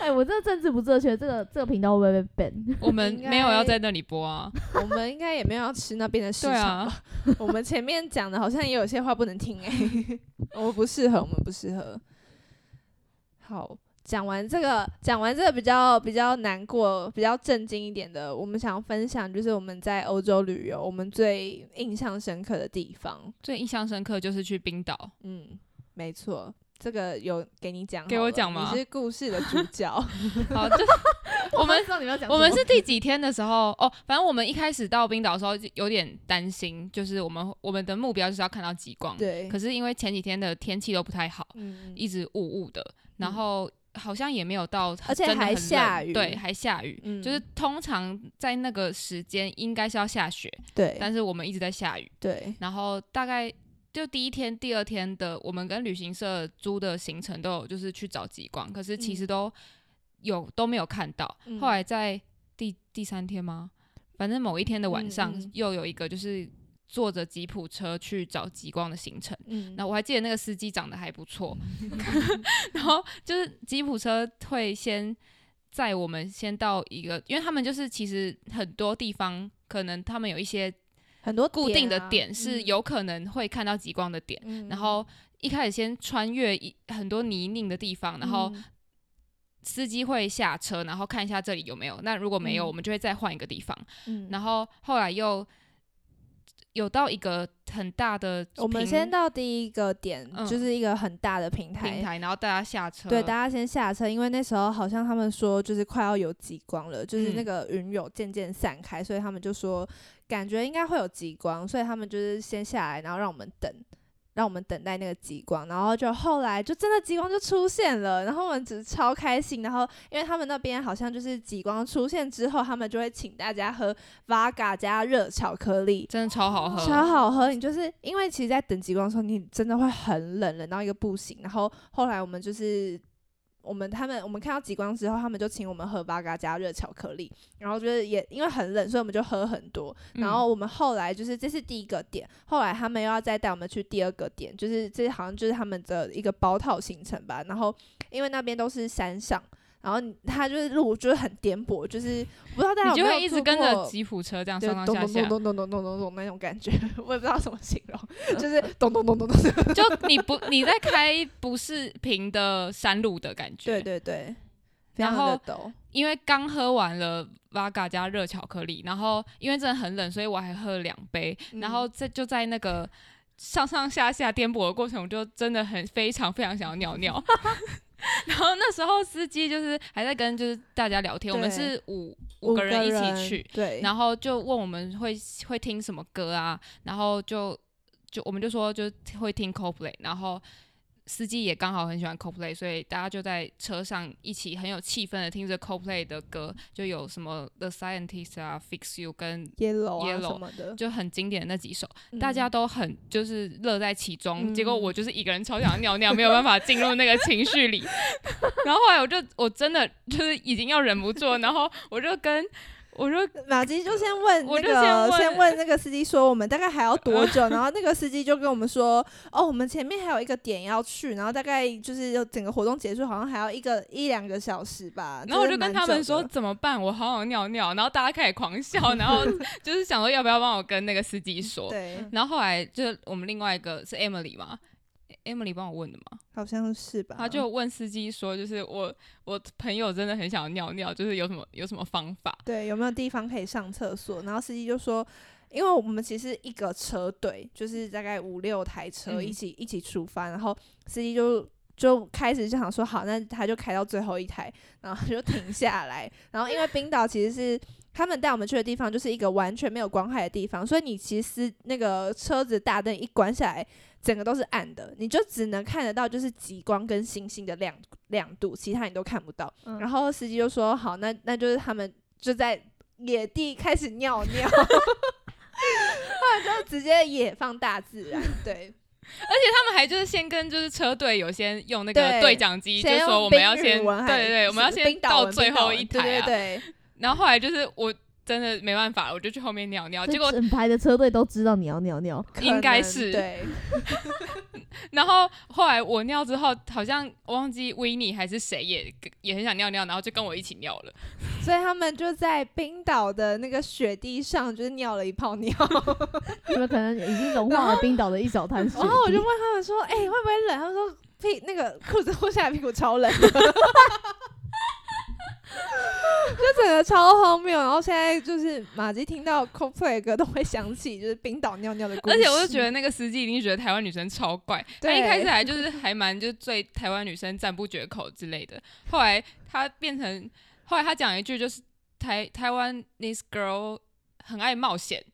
C: 哎、我这政治不正确，这个这个频道会不会被 ban？
B: 我们
A: 应
B: 没有要
A: 该
B: 在那里播啊。
A: 我们应该也没有要吃那边的市
B: 对
A: 场
B: 啊
A: 吧？， *laughs* 我们前面讲的好像也有些话不能听哎、
B: *laughs*
A: 我们不适合，我们不适合。好，讲完这个，讲完这个比较比较难过、比较震惊一点的，我们想分享就是我们在欧洲旅游，我们最印象深刻的地方。
B: 最印象深刻就是去冰
A: *laughs*
B: 岛，
A: 嗯，没错，这个有给你讲好了，
B: 给我讲吗
A: 你是故事的主
B: *laughs*
A: 角，
B: 好，就 *laughs* 我
C: *laughs*
B: 们
C: 知道你们要讲什么，
B: 我们是第几天的时候哦，反正我们一开始到冰岛的时候就有点担心，就是我们我们的目标就是要看到极光，
A: 对，
B: 可是因为前几天的天气都不太好，
A: 嗯，
B: 一直雾雾的，然后好像也没有到很，
A: 而且
B: 真的
A: 还
B: 很
A: 下
B: 冷
A: 雨
B: 对，还下雨，
A: 嗯
B: 就是通常在那个时间应该是要下雪，
A: 对
B: 但是我们一直在下雨，
A: 对，
B: 然后大概。就第一天、第二天的，我们跟旅行社租的行程都有，就是去找极光，可是其实都有、都没有看到。
A: 嗯
B: 后来在第第三天吗？反正某一天的晚上，
A: 嗯嗯
B: 又有一个就是坐着吉普车去找极光的行程。
A: 嗯
B: 那我还记得那个司机长得还不错， *laughs* 然后就是吉普车会先载我们先到一个，因为他们就是其实很多地方可能他们有一些
A: 嗯很多
B: 固定的
A: 啊
B: 点是
A: 嗯
B: 有可能会看到极光的点，
A: 嗯
B: 然后一开始先穿越一很多泥泞的地方，然后
A: 嗯
B: 司机会下车，然后看一下这里有没有，那如果没有，
A: 嗯
B: 我们就会再换一个地方，
A: 嗯
B: 然后后来又。有到一个很大的
A: 我们
B: 平
A: 先到第一个点，
B: 嗯
A: 就是一个很大的平台。
B: 平台，嗯然后大家下车。
A: 对，大家先下车，因为那时候好像他们说就是快要有极光了，就是
B: 嗯
A: 那个云有渐渐散开，所以他们就说感觉应该会有极光，所以他们就是先下来，然后让我们等，让我们等待那个极光，然后就后来就真的极光就出现了，然后我们只是超开心，然后因为他们那边好像就是极光出现之后，他们就会请大家喝 Vaga 加热巧克力，
B: 真的超好喝，
A: 超好喝。你就是因为其实，在等极光的时候，你真的会很冷，冷到一个不行。然后后来我们就是。我们他们我们看到极光之后，他们就请我们喝八嘎加热巧克力，然后就是也因为很冷，所以我们就喝很多。
B: 嗯
A: 然后我们后来就是这是第一个点，后来他们又要再带我们去第二个点，就是这好像就是他们的一个包套行程吧。然后因为那边都是山上，然后你他就是路就是很颠簸，就是不知道大家
B: 你
A: 有没
B: 就
A: 有
B: 会一直
A: 坐
B: 跟着
A: 过
B: 吉普车这样
A: 就
B: 上
A: 咚
B: 啊
A: 咚
B: 上下
A: 咚
B: 下，
A: 咚咚咚咚咚咚那种感觉， *laughs* 我也不知道怎么形
B: *laughs*
A: 容，就是咚咚咚咚咚咚。
B: 就你不你在开不是平的山路的感觉。
A: 对，对对，非
B: 然
A: 常的
B: 后
A: 陡。
B: 因为刚喝完了 Vaga 加热巧克力，然后因为真的很冷，所以我还喝了两杯，
A: 嗯
B: 然后在就在那个。上上下下颠簸的过程，我就真的很非常非常想要尿
A: *laughs*
B: 尿。然后那时候司机就是还在跟就是大家聊天，我们
A: 对
B: 是五五个人一起去，，
A: 对，
B: 然后就问我们会会听什么歌啊，然后就就我们就说就会听 Coldplay，然后司机也刚好很喜欢 Coldplay，所以大家就在车上一起很有气氛的听着 Coldplay 的歌，就有什么 The Scientist 啊、Fix You 跟
A: yellow 啊
B: Yellow
A: 什么的，
B: 就很经典的那几首，大家都很就是乐在其中。
A: 嗯
B: 结果我就是一个人超想尿尿，没有办法进入那个情
A: *laughs*
B: 绪里。然后后来我就我真的就是已经要忍不住了，然后我就跟我就
A: 马吉就先问
B: 我
A: 那
B: 就
A: 个，
B: 先问
A: 问那个司机说我们大概还要
B: *laughs*
A: 多久，然后那个司机就跟我们说，哦，我们前面还有一个点要去，然后大概就是整个活动结束好像还要一个一两个小时吧。
B: 然后我
A: 是
B: 就跟
A: 蛮
B: 他们
A: 久
B: 说
A: 啊的
B: 怎么办，我好想尿尿，然后大家开始狂笑，然
A: *laughs*
B: 后就是想说要不要帮我跟那个司机说。嗯
A: 对，
B: 然后后来就是我们另外一个是 Emily 嘛，Emily 帮我问的嘛，
A: 好像是吧。
B: 她就问司机说，就是我我朋友真的很想尿尿，就是有什么有什么方法？
A: 对，有没有地方可以上厕所？然后司机就说，因为我们其实一个车队，就是大概五六台车
B: 嗯
A: 一起、一起出发，然后司机就就开始就想说，好，那他就开到最后一台，然后就停下来。然后因为冰岛其实是他们带我们去的地方，就是一个完全没有光害的地方，所以你其实那个车子大灯一关下来。整个都是暗的，你就只能看得到就是极光跟星星的亮亮度，其他你都看不到。
C: 嗯
A: 然后司机就说：“好，那那就是他们就在野地开始尿尿， *laughs* 他们就直接野放大自然，
B: *laughs*
A: 对，
B: 他们还就是先跟就是车队有先用那
A: 对
B: 个对讲机，就
A: 先
B: 说
A: 用
B: 我们要
A: 冰
B: 先
A: 日文
B: 对
A: 还
B: 对对，我们要
A: 是
B: 先
A: 冰岛
B: 到
A: 文
B: 最
A: 冰岛
B: 后
A: 文
B: 一台啊。
A: 对对对，
B: 然后后来就是我真的没办法了，我就去后面尿尿，
C: 这
B: 结果
C: 整排的车队都知道你要尿尿，
A: 可
B: 应该
A: 能
B: 是
A: 对，
B: 然后后来我尿之后，好像忘记维尼还是谁也也很想尿尿，然后就跟我一起尿了。
A: 所以他们就在冰岛的那个雪地上就是尿了一泡尿，
C: 你们可能已经融化了冰岛的一小滩
B: *laughs* 哦
C: 水。
A: 然后我就问他们说：“哎、会不会冷？”他们说：“屁，那个裤子脱下来，屁股超冷的。” *laughs* 就整个超荒谬。然后现在就是马吉听到 Coldplay 的歌都会想起就是冰岛尿尿的故事，
B: 而且我就觉得那个司机一定觉得台湾女生超怪，他一
A: 对
B: 开始还就是还蛮就是对台湾女生赞不绝口之类的，后来他变成后来他讲一句就是台台湾 this girl 很爱冒险，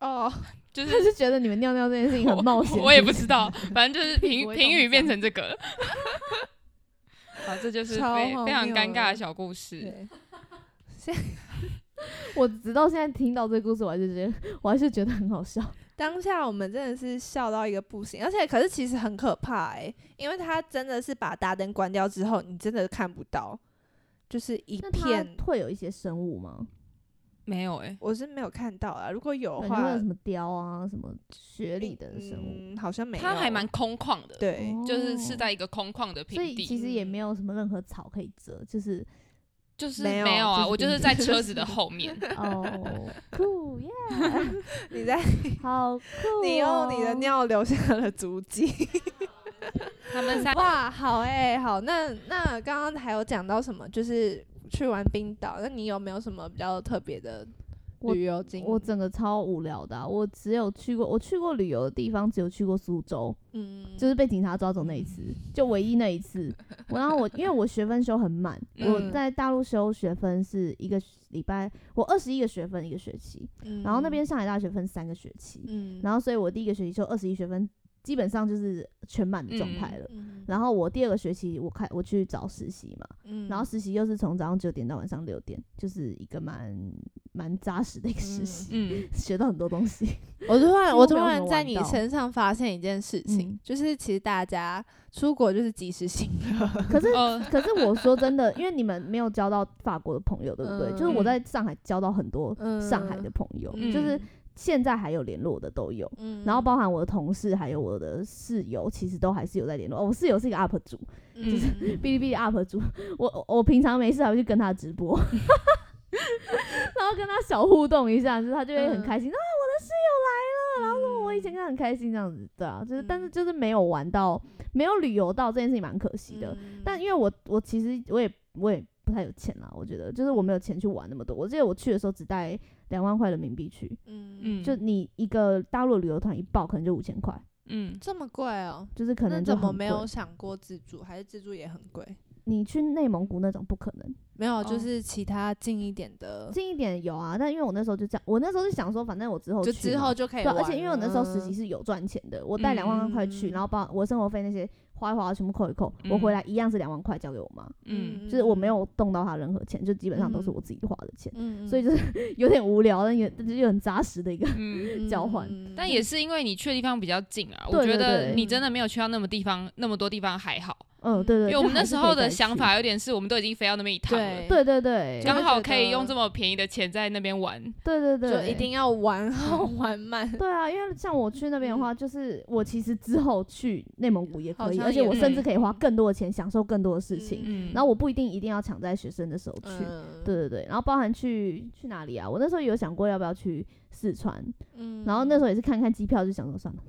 A: 哦，
B: 就
C: 他
B: 是。
C: 是觉得你们尿尿这件事情很冒险，
B: 我，我也不知道，反
A: *laughs*
B: 正就是
C: 屁
B: 评
C: 股
B: 评
C: 会动
B: 语
C: 这
B: 变
C: 样
B: 成这个了。好，这就是
A: 超
B: 非非
A: 荒
B: 常
A: 谬
B: 尴尬
A: 了
B: 的小故事。
A: 对，
C: 我直到现在听到这个故事，我还是觉得，我还是觉得很好笑。
A: 当下我们真的是笑到一个不行，而且可是其实很可怕哎、因为他真的是把大灯关掉之后，你真的看不到，就是一
C: 那它
A: 片。
C: 会有一些生物吗？
B: 没有哎、
A: 我是没有看到啊，如果有
C: 可
A: 的
C: 能会
A: 话
C: 有什，么雕啊，什么雪里的生物。
A: 嗯，好像没有。
B: 它还蛮空旷的，
A: 对，
B: 就是
C: 哦
B: 是在一个空旷的
C: 所
B: 平
C: 以
B: 地，
C: 其实
A: 嗯
C: 也没有什么任何草可以
A: *laughs*
C: 遮，就是
B: 就是
A: 没有
B: 没有啊，
C: 就是
B: 我就
C: 平
B: 是
C: 地
B: 在车子的后
C: *laughs*
B: 面，
C: 哦，酷耶，
A: *laughs* 你在
C: 好酷、哦！
A: 你用你的，尿留下了足迹。
B: 他们三
A: *laughs* 哇，好哎、好，那那刚刚还有讲到什么？就是去玩冰岛，那你有没有什么比较特别的
C: 我
A: 旅游经历？
C: 我整个超无聊的啊、我只有去过，我去过旅游的地方只有去过苏州，
A: 嗯，
C: 就是被警察抓走那一次，就唯一那
A: *laughs*
C: 一次。我然后我因为我学分修很满，
B: 嗯
C: 我在大陆修学分是一个礼拜，我二十一个学分一个学期，
A: 嗯
C: 然后那边，上海大学分三个学期，
A: 嗯，
C: 然后所以我第一个学期修二十一学分，基本上就是全满的状态了。
A: 嗯，
C: 然后我第二个学期我开我去找实习嘛，
A: 嗯
C: 然后实习又是从早上九点到晚上六点，就是一个蛮蛮扎实的一个实
A: 嗯
C: 习，
B: 嗯，
C: *laughs* 学到很多
A: *laughs*
C: 东西。
A: 我突然，
C: 几
A: 我
C: 乎
A: 突
C: 没有
A: 然
C: 什么
A: 在
C: 玩
A: 你
C: 到
A: 身上发现一件事情，
C: 嗯
A: 就是其实大家出国就是及时行乐，
C: 可是
B: 呃，
C: 可是我说真的，因为你们没有交到法国的朋友，对不对？
A: 嗯
C: 就是我在上海交到很多上海的朋友，
A: 嗯
C: 就是现在还有联络的都有。
A: 嗯
C: 然后包含我的同事，还有我的室友，其实都还是有在联络。哦，我室友是一个 UP 主，
A: 嗯
B: 是
C: *laughs*
A: 嗯
C: 哔哩哔哩 UP 主，我我我平常没事还会去跟他直播， *laughs* 然后跟他小互动一下，就是他就会
A: 嗯
C: 很开心、啊，我的室友来了，然后什么我以前跟他很开心这样子，对啊，就是、
A: 嗯
C: 但是就是没有玩到，没有旅游到这件事情蛮可惜的。
A: 嗯
C: 但因为我我其实我也我也不太有钱啦，我觉得就是我没有钱去玩那么多。我记得我去的时候只带两万块人民币去，
A: 嗯
B: 嗯，
C: 就你一个大陆旅游团一报可能就五千块，
B: 嗯，
A: 这么贵哦、
C: 就是可
A: 那
C: 能就
A: 怎么
C: 很
A: 没
C: 贵
A: 有想过自助？还是自助也很贵？
C: 你去内蒙古那种不可能。
A: 没有，就
B: 哦
A: 是其他近一点的，
C: 近一点有啊，但因为我那时候就这样，我那时候是想说，反正我之后
A: 就
C: 去
A: 之
C: 嘛
A: 后就可以
C: 对，啊
A: 玩了。
C: 而且因为我那时候实习是有赚钱的，我带两万块去，
A: 嗯
C: 然后把我生活费那些花一花全部扣一扣，我回
B: 嗯
C: 来一样是两万块交给我妈，
B: 嗯，
C: 就是我没，有动到她任何钱，就基本上都是我自己花的钱，
A: 嗯
C: 所以就是 *laughs* 有点无聊，但也但是又很扎实的一个。
B: 嗯，
C: 交换
A: 嗯
B: 但也是因为你去的地方比较近啊，
C: 对
B: 我觉
C: 对嗯
B: 得
C: 对
B: 你真的没有去到那么地方那么多地方还好，
C: 嗯，对对，
B: 因为
C: 就
B: 我们那
C: 还是
B: 时
C: 可
B: 候
C: 以
B: 的
C: 再
B: 想
C: 去，
B: 法有点是我们都已经飞到那边一趟了
A: 对，
C: 对对对，
A: 就
B: 刚
A: 会
B: 好
A: 觉
B: 可以用
A: 得
B: 这么便宜的钱在那边玩。
C: 对对
A: 就
C: 对，
A: 一定要玩好玩满。
C: 对啊，因为像我去那边的话，就是我其实之后去内蒙古也
A: 嗯好
C: 可以，
A: 像
C: 而且
A: 也
C: 我甚至
B: 可
C: 可以花更多的钱享受更多的事情。
A: 嗯
B: 嗯，
C: 然后我不一定一定要抢在学生的时候去，
A: 嗯，
C: 对对对。然后包含去去哪里啊？我那时候有想过要不要去四川，
A: 嗯
C: 然后那时候也是看看机票，就想说算了，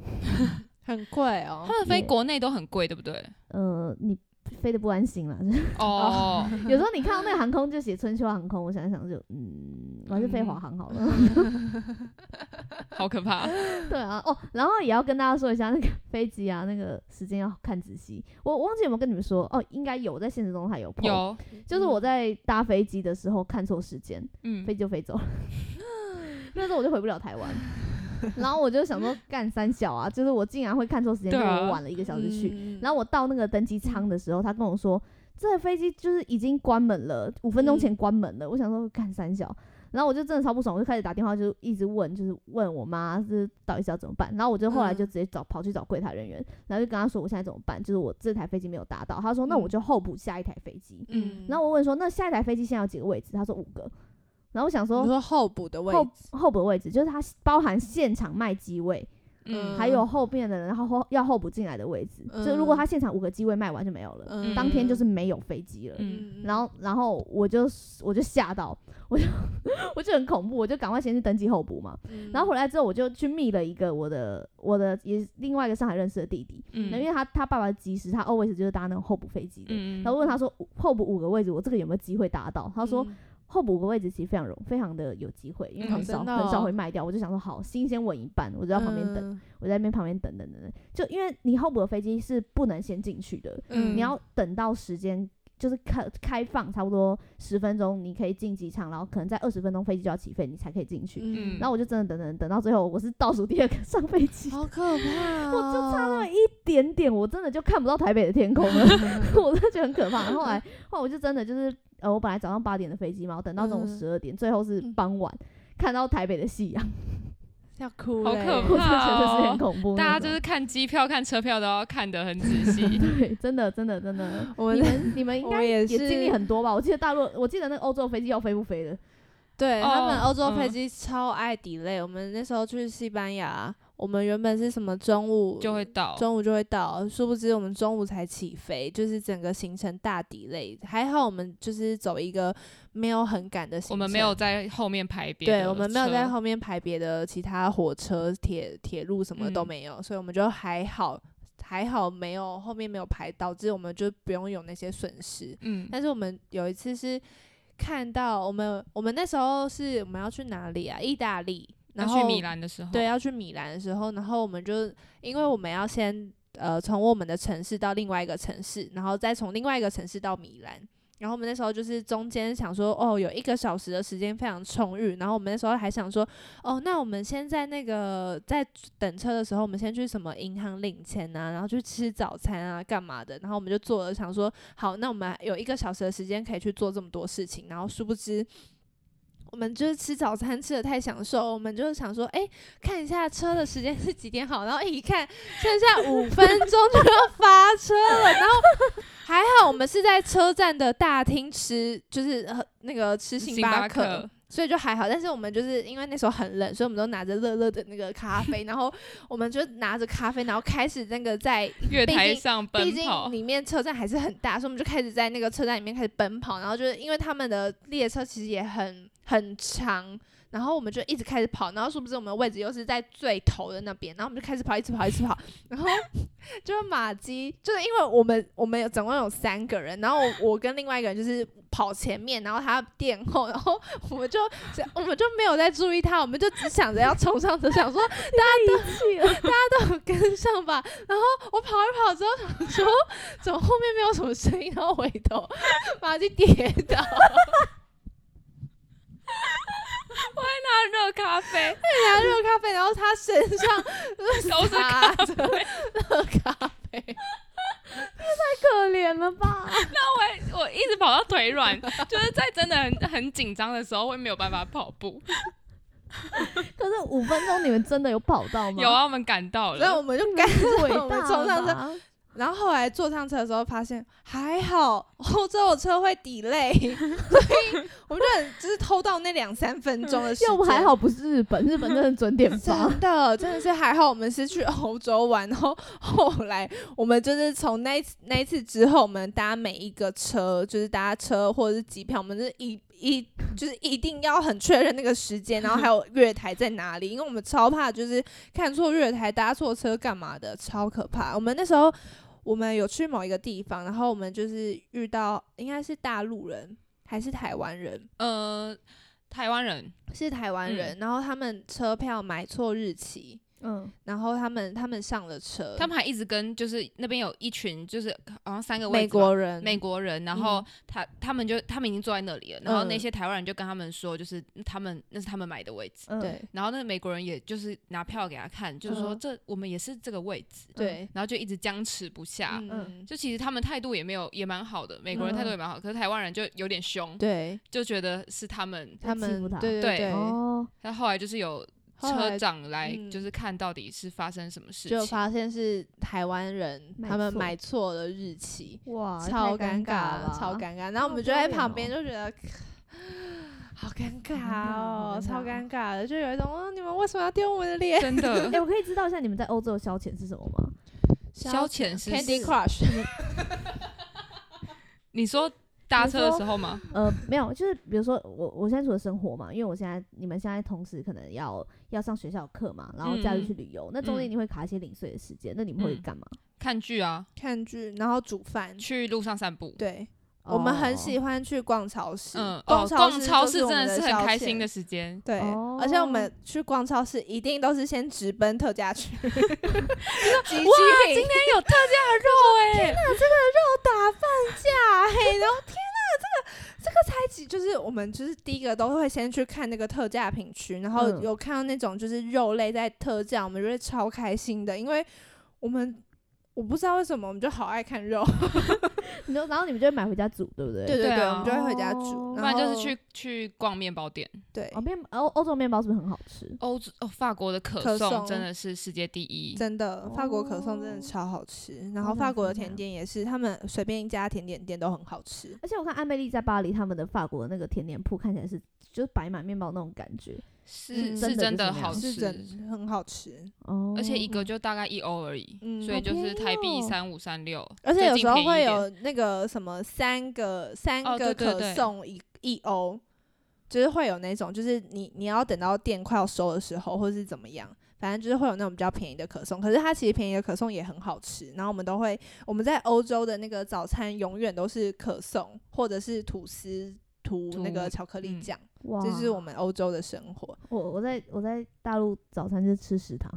A: 很贵哦
B: 他，们飞
C: 也
B: 国内都很贵，对不对？
C: 呃，你飞得不安心啦。 *laughs*
B: 哦，
C: 有时候你看到那个航空就写春秋航空，我想一想就嗯，我还是飞华
B: 嗯
C: 航好了。 *laughs*
B: 好可怕！
C: 对啊，哦，然后也要跟大家说一下，那个 *laughs* 飞机啊，那个时间要看仔细。我我忘记有没有跟你们说，哦，应该有在现实中还有 po，
B: 有，
C: 就是
A: 嗯
C: 我在搭飞机的时候看错时间，
B: 嗯
C: 飞，机就飞走了。 *laughs* 那时候我就回不了台湾，然后我就想说干三小啊，就是我竟然会看错时间，
B: 对
C: 就是
B: 啊
C: 我晚了一个小时去。
A: 嗯
C: 然后我到那个登机舱的时候，他跟我说这个飞机就是已经关门了，五分钟前关门了。我想说干三小，然后我就真的超不爽，我就开始打电话，就一直问，就是问我妈是到底是要怎么办。然后我就后来就
A: 嗯
C: 直接找、跑去找柜台人员，然后就跟他说我现在怎么办，就是我这台飞机没有搭到。他说那我
A: 嗯
C: 就候补下一台飞机。
B: 嗯
C: 然后我问说那下一台飞机现在有几个位置？他说五个。然后我想
A: 你
C: 说
A: 说候补的位
C: 候
A: 置，
C: 候补的位置就是它包含现场卖机位，
B: 嗯，
C: 还有后面的人，然后后要候补进来的位置，
A: 嗯
C: 就如果他现场五个机位卖完就没有了，
A: 嗯
C: 当天就是没有飞机了。
B: 嗯
C: 然后，然后我就我就吓到，我就 *laughs* 我就很恐怖，我就赶快先去登记候补嘛。
A: 嗯
C: 然后回来之后，我就去密了一个我的我的也是另外一个上海认识的弟弟，
B: 嗯
C: 那因为他他爸爸及时，他 always 就是搭那种候补飞机的。
B: 嗯，
C: 然后问他说候补五个位置，我这个有没有机会搭到？他
A: 嗯
C: 说，候补五个位置其实非常容非常的有机会，因为
B: 嗯
C: 很少、
A: 真的
C: 很少
A: 哦嗯
C: 会卖掉。我就想说好，新鲜稳一半，我就在
A: 在
C: 旁边等。，我在那边旁边等等等等，就因为你候补的飞机是不能先进去的，
A: 嗯
C: 你要等到时间就是开开放差不多十分钟，你可以进机场，然后可能在二十分钟飞机就要起飞，你才可以进去。
A: 嗯，
C: 然后我就真的等等等到最后，我是倒数第二个上飞机，
A: 好可怕，哦
C: 我就差那么一点点，我真的就看不到台北的天
A: *laughs*
C: 空了，我就觉得很可怕。后来后来我就真的就是呃，我本来早上八点的飞机嘛，我等到中午
A: 嗯
C: 十二点，最后是傍晚。看到台北的夕阳，
A: 要哭
B: 好
A: 嘞，
B: 可
C: *laughs* 我就觉得是
B: 怕
C: 很
B: 哦
C: 恐怖那种。
B: 大家就是看机票、看车票都要看得很仔
A: *laughs*
B: 细。
C: 对，真的，真的，真的，
A: 我
C: 你
A: 们
C: 们你们应
A: 我
C: 该
A: 们也
C: 也
A: 是
C: 经历很多吧？我记得大陆，我记得那个欧洲飞机要飞不飞的，
A: 对
B: 哦
A: 他们欧洲飞
B: 嗯
A: 机超爱 delay，我们那时候去西班牙，我们原本是什么中午
B: 就会到。
A: 中午就会到，殊不知我们中午才起飞，就是整个行程大 delay。还好我们就是走一个没有很赶的行程，
B: 我们没有在后面排别的车，
A: 对，我们没有在后面排别的其他火车、铁铁路什么都
B: 嗯
A: 没有，所以我们就还好，还好没有后面没有排，导致我们就不用有那些损失。
B: 嗯，
A: 但是我们有一次是看到我们我们那时候是我们要去哪里啊？意大利，
B: 要
A: 然后
B: 去米兰的时候，
A: 对，，啊要去米兰的时候，然后我们就因为我们要先呃从我们的城市到另外一个城市，然后再从另外一个城市到米兰。然后我们那时候就是中间想说，哦，有一个小时的时间非常充裕。然后我们那时候还想说，哦，那我们先在那个在等车的时候，我们先去什么银行领钱啊，然后去吃早餐啊，干嘛的？然后我们就做了，想说，好，那我们有一个小时的时间可以去做这么多事情。然后殊不知，我们就是吃早餐吃的太享受，我们就是想说，哎、看一下车的时间是几点好，然后一看剩下五分钟就要发车了，然后还好我们是在车站的大厅吃，就是呃那个吃星巴克，
B: 克，
A: 所以就还好。但是我们就是因为那时候很冷，所以我们都拿着热热的那个咖啡，然后我们就拿着咖啡，然后开始那个在
B: 月
A: 毕
B: 台
A: 竟
B: 上
A: 毕
B: 奔跑
A: 竟，里面车站还是很大，所以我们就开始在那个车站里面开始奔跑，然后就是因为他们的列车其实也很很长，然后我们就一直开始跑，然后殊不知我们的位置又是在最头的那边，然后我们就开始跑，一直跑，一直跑，然后 *laughs* 就是马基，就是因为我们我们有总共有三个人，然后我我跟另外一个人就是跑前面，然后他垫后，然后我们就我们就没有在注意他，我们就只想着要冲上车，想说
B: *laughs*
C: 去了，
A: 跟上吧。然后我跑一跑之后，想说怎么后面没有什么声音，然后回头，马上就跌
B: *laughs*
A: 倒。
B: 那热咖
A: *laughs*
B: 啡，
A: 拿热咖啡，然后他身上
B: 都是
A: 擦
B: 咖
A: 着
B: 啡。
A: 热咖啡，
C: 可怜了吧？
B: 我我一直跑到腿软，就是在真的很很紧张的时候会没有办法跑步。
C: *laughs* 可是五分钟你们真的有跑到吗？
B: 有，啊，我们赶到
A: 所以我
B: 了，
A: 们就赶
C: 伟
A: 着
C: 大
A: 我们冲上车，
C: 车，
A: 然后后来坐上车的时候发现还好，欧洲的车会 delay，所以我们就很就是偷到那两三分钟的时间。
C: 要不还好不是日本，日本真的
A: *laughs*
C: 准点发。
A: 真的，真的是还好，我们是去欧洲玩，然后后来我们就是从那一次那一次之后，我们搭每一个车，就是搭车或者是机票，我们就是一一就是一定要很确认那个时间，然后还有月台在哪里，因为我们超怕就是看错月台、搭错车干嘛的，超可怕。我们那时候我们有去某一个地方，然后我们就是遇到应该是大陆人还是台湾人，嗯
B: 呃，台湾人，
A: 是台湾人，然后他们车票买错日期。
C: 嗯，
A: 然后他们他们上了车，
B: 他们还一直跟就是那边有一群就是好像三个位
A: 美
B: 置吧
A: 国人，
B: 美国人，然
A: 嗯
B: 后他他们就他们已经坐在那里了，然后那些台湾人就跟他们说，就是他们那是他们买的位置，
C: 嗯，
A: 对
B: 然后那个美国人也就是拿票给他看，就是说
C: 嗯
B: 这我们也是这个位置，
A: 对，
B: 然后就一直僵持不下。
A: 嗯，
B: 就其实他们态度也没有也蛮好的，美国人态度也蛮好，可是台湾人就有点凶，
A: 对
B: 就觉得是他们。
A: 他
C: 欺负
A: 们
C: 他
A: 对
B: 对
A: 对，
C: 哦，
B: 他后来就是有
A: 后
B: 车
A: 来
B: 长来，
A: 嗯
B: 就是看到底是发生什么事
A: 就
B: 情。
A: 发现是台湾人，
C: 买
A: 他们
C: 错
A: 买错了日期，
C: 哇，
A: 超
C: 太尴
A: 尴
C: 了吧，
A: 超尴尬。然后我们
C: 好
A: 就
C: 丢
A: 在
C: 脸
A: 旁
C: 哦
A: 边就觉得。好尴
C: 尬
A: 尬
C: 好
A: 哦，
C: 尴
A: 超
C: 尬
A: 尴尬的，就有一种哦，你们为什么要丢我们的脸？
B: 真的
A: *laughs*
C: 哎、，我可以知道一下你们在欧洲的消遣是什么吗？
B: 消遣是
A: Candy
B: 是
A: Crush，
B: 你说搭车的时候吗？
C: 呃，没有，就是比如说我我现在除了生活嘛，因为我现在你们现在同时可能要要上学校的课嘛，然后假日去旅游，那中间
B: 嗯
C: 你会卡一些零碎的时间，那你们会
B: 嗯
C: 干嘛？
B: 看剧啊，
A: 看剧，然后煮饭。
B: 去路上散步。
A: 对，我们很喜
C: 欢
A: 欢去逛超市
B: 嗯，，
A: 逛
B: 哦，逛超
A: 超市
B: 市
A: 就
B: 真
A: 我们
B: 的是很
A: 消
B: 开心
A: 遣
B: 的。时间。
A: 对，而且我
B: 哦
A: 们去逛超市一定都是先直奔特价
B: *laughs*
A: 区， *laughs* 集齐
B: 哇，今
A: 品
B: 天有特
A: *laughs*
B: 价肉哎！
A: 打半价，嘿， *laughs* 然后天呐，这个这个才几，就是我们就是第一个都会先去看那个特价品区，然后
C: 嗯
A: 有看到那种就是肉类在特价，我们就会超开心的，因为我们。我不知道为什么，我们就好爱看肉。
C: 你就然后你们就会买回家煮，对不
A: *laughs*
C: 对？
A: 对
B: 对
A: 对，
B: 啊
A: 我们就会回家煮，
B: 不
C: 哦
A: 然
B: 然
A: 后
B: 就是去去逛面包店。
A: 对
C: 哦，面欧欧洲面包是不是很好吃？
B: 欧洲哦，法国的可
A: 可
B: 颂
A: 颂
B: 真的是世界第一。
A: 真嗯的，法国可颂真
C: 哦
A: 的超好吃，然
B: 哦
A: 后
C: 好想
A: 法国的
C: 试试
A: 甜
C: 看
A: 点也是，他们随便一家甜点店都很好吃。
C: 而且我看艾美丽在巴黎，他们的法国的那个甜点铺看起来是就是摆满面包那种感觉
B: 是
A: 嗯
B: 是真
C: 真
B: 的
C: 的就是那样
B: 好
A: 是
B: 吃，
A: 真很好吃，
C: 哦，
B: 而且一个就大概一欧而已，
A: 嗯
B: 所以
C: 好
B: 就是
C: 便宜
B: 台币
C: 哦
B: 三五三六，
A: 而且
B: 最
A: 有
B: 近
A: 时候
B: 便宜
A: 会
B: 一点
A: 有那个什么三个三
B: 哦
A: 个
B: 对对
A: 可
B: 对
A: 颂一一欧，就是会有那种，就是你你要等到店快要收的时候，或是怎么样，反正就是会有那种比较便宜的可颂。可是它其实便宜的可颂也很好吃，然后我们都会我们在欧洲的那个早餐永远都是可颂或者是吐司涂那
B: 涂
A: 个巧克力
B: 嗯
A: 酱，
C: 哇，
A: 这是我们欧洲的生活。
C: 我我在我在大陆早餐就是
A: *laughs*
C: 吃食堂，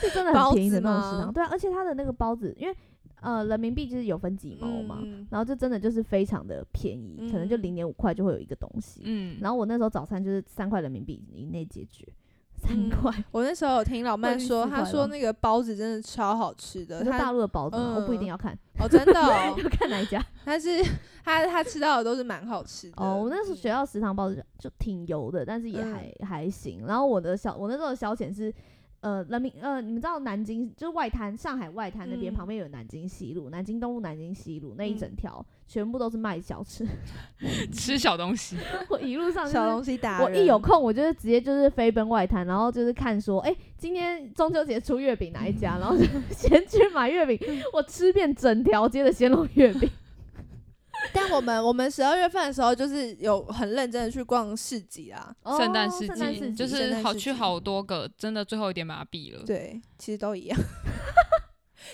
C: 是真的很
A: 包
C: 便宜的
A: 子
C: 那种食
A: 吗
C: 堂。对啊，而且它的那个包子，因为呃人民币就是有分几毛嘛，
A: 嗯，
C: 然后就真的就是非常的便宜，可能就
A: 嗯
C: 零点五块就会有一个东西。
B: 嗯，
C: 然后我那时候早餐就是三块人民币以内解决，三
A: 嗯
C: 块，
A: 我那时候有听老
C: 汇
A: 曼
C: 率
A: 说，
C: 四
A: 他
C: 块
A: 说
C: 吗
A: 那个包子真的超好吃的，
C: 你说大
A: 他
C: 陆的包子嘛，我不一定
A: 呃嗯
C: 要看，
A: 哦真的、
C: *laughs*
A: 哦，
C: 要看哪一家。
A: 但是他他吃到的都是蛮好吃的。
C: 哦，我那时候学
A: 嗯
C: 校食堂包子就挺油的，但是也
A: 嗯
C: 还、还行。然后我的小我那时候的消遣是，呃，人民呃，你们知道南京就是外滩，上海外滩那边、
A: 嗯
C: 旁边有南京西路、南京东路、南京西路那一整
A: 嗯
C: 条、全部都是卖小吃。 *laughs*
B: 吃小东西，
C: 我一路上就是
A: 小东西达人，
C: 我一有空，我就是直接就是飞奔外滩，然后就是看说，哎、今天中秋节出月饼哪一家，
A: *laughs*
C: 然后就先去买月饼，我吃遍整条街的鲜肉月饼。
A: 但我们我们十二月份的时候就是有很认真的去逛市集啊啦。
C: 哦
B: 圣诞市
C: 圣诞
B: 集
C: 市
B: 就
C: 集
B: 是
A: 圣诞
B: 好
A: 市
B: 去
A: 集
B: 好多个，真的最后有点麻痹
C: 嗯
B: 了。
A: 对，其实都一
C: *laughs*
A: 样。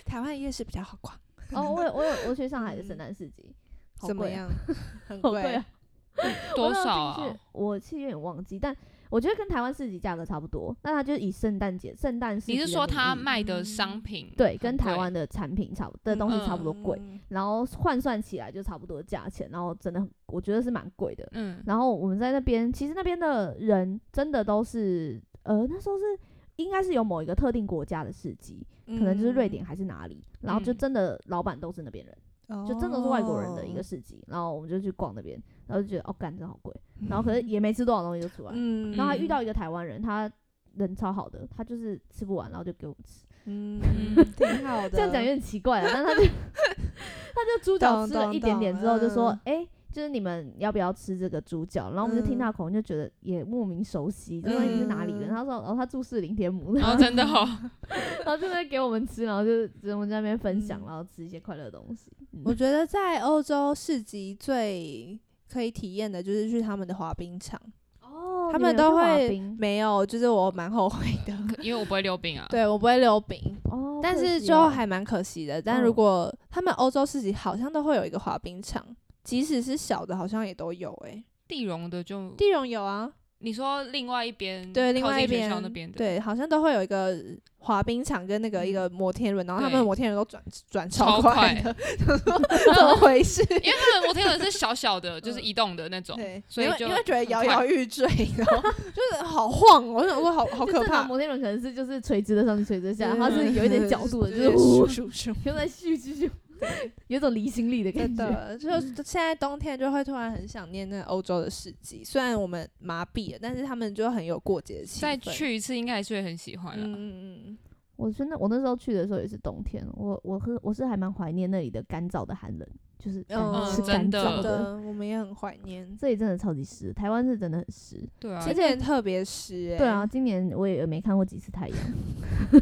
A: 台湾夜市比较好逛，
C: 哦，我有我有我去上海的圣
A: 嗯
C: 诞市集，好
A: 怎么
C: 贵啊 *laughs*
A: 样？很
C: 好贵
A: 贵
C: 啊，
B: 多少
C: 我那时候进
B: 啊
C: 去？我其实有点忘记，但我觉得跟台湾市集价格差不多。那它就是以圣诞节、圣诞市集
B: 你
C: 的
B: 是
C: 名义，
B: 说他卖的商品
C: 对，跟
B: 很
C: 台
B: 贵嗯
C: 湾的产品差不的东西差不多贵，
A: 嗯
C: 然后换算起来就差不多价钱，然后真的很我觉得是蛮贵的。
B: 嗯
C: 然后我们在那边，其实那边的人真的都是，呃，那时候是应该是有某一个特定国家的市集，
A: 嗯
C: 可能就是瑞典还是哪里，然后就
B: 嗯
C: 真的老板都是那边人。就真的是外国人的一个
A: 嗯哦
C: 市集，然后我们就去逛那边，然后就觉得哦，干真好
A: *laughs*
C: 贵，然后可是也没吃多少东西就出来，
A: 嗯
C: 然后还遇到一个台湾人，他人超好的，他就是吃不完，然后就给我们吃，
A: 嗯
C: *laughs*
B: 嗯，
A: *laughs* 挺好的。
C: 这样讲有点奇怪啊，
A: *laughs*
C: 但他就他就猪脚
A: 懂
C: 吃了
A: 懂
C: 一点点
A: 懂
C: 之后就说
A: 嗯，
C: 哎、就是你们要不要吃这个猪脚？然后我们就听他的口音，就觉得也莫名熟悉，就说你是哪里
A: 嗯
C: 人？他说，哦，他住士林天母，然
B: 然
C: 后
B: 后
C: *laughs*
B: 真的哦，
C: 就在给我们吃，然后就我们在那边分享，
A: 嗯
C: 然后吃一些快乐的东西。
A: 我觉得在欧洲市集最可以体验的就是去他们的滑冰场，
C: 哦
A: 他们都会没有，就是我蛮后悔
B: *laughs*
A: 的。
B: 因为我不会溜冰啊。
A: 对我不会溜冰，
C: 哦，
A: 但
C: 可
A: 是
C: 惜
A: 就
C: 哦
A: 还蛮可惜的。但
C: 嗯
A: 如果他们欧洲市集好像都会有一个滑冰场，即使是小的，好像也都有诶、欸
B: 地荣的就
A: 地荣有啊，
B: 你说另外一边，
A: 对，另
B: 嗯靠
A: 外
B: 近
A: 一
B: 学
A: 边
B: 校那边的，，嗯
A: 对，好像都会有一个滑冰场跟那个一个摩天轮，然后他们
B: 对
A: 摩天轮都转转超
B: 超快
A: 的， *laughs* 想说怎么回事？
B: 因为他们摩天轮是小小
C: *laughs*
B: 的，就是
C: 嗯
B: 移动的那种，
A: 对，
B: 所以
A: 因为
B: 就
A: 因为觉得
B: 很
A: 摇
B: 快
A: 摇欲坠，然 *laughs* 后就是好晃哦，我想 *laughs* 说好好
C: 就
A: 可
C: 正常
A: 怕。
C: 摩天轮可能是就是垂直的上去，垂直地下，
A: 对
C: 它是有一点角
A: *laughs*
C: 度的，就是
A: 咻
C: 呼，
A: 咻咻，
C: 就在咻咻 *laughs* 咻，有一种离心力的感
A: 真
C: 觉。
A: 的， *laughs* 就是现在冬天就会突然很想念那个欧洲的市集，虽然我们麻痹了，但是他们就很有过节的气氛。
B: 再，去一次应该还是会很喜欢
A: 嗯
B: 啦。
A: 嗯嗯，
C: *laughs* 我真的，我那时候去的时候也是冬天，我我是我是还蛮怀念那里的干燥的寒冷，就是干、
A: 嗯
C: 是干
B: 真的
C: 燥
A: 真
C: 哦的，
A: 的，我们也很怀念，
C: 这里真的超级湿，台湾是真的很湿。
B: 对啊
A: 而，且特别湿、欸，
C: 对啊，，今年我也没看过几次太阳， *laughs*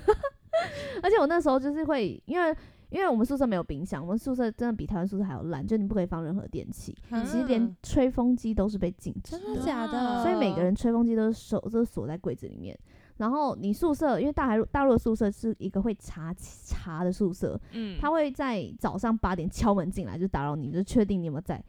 C: 而且我那时候就是会因为。因为我们宿舍没有冰箱，我们宿舍真的比台湾宿舍还要烂，就你不可以放任何电器，
A: 嗯
C: 其实连吹风机都是被禁止
A: 真的假的？
B: 啊
C: 所以每个人吹风机都是手都是锁在柜子里面。然后你宿舍，因为大海陆大陆的宿舍是一个会查查的宿舍，
B: 嗯，
C: 他会在早上八点敲门进来，就打扰你，就确定你有没有在。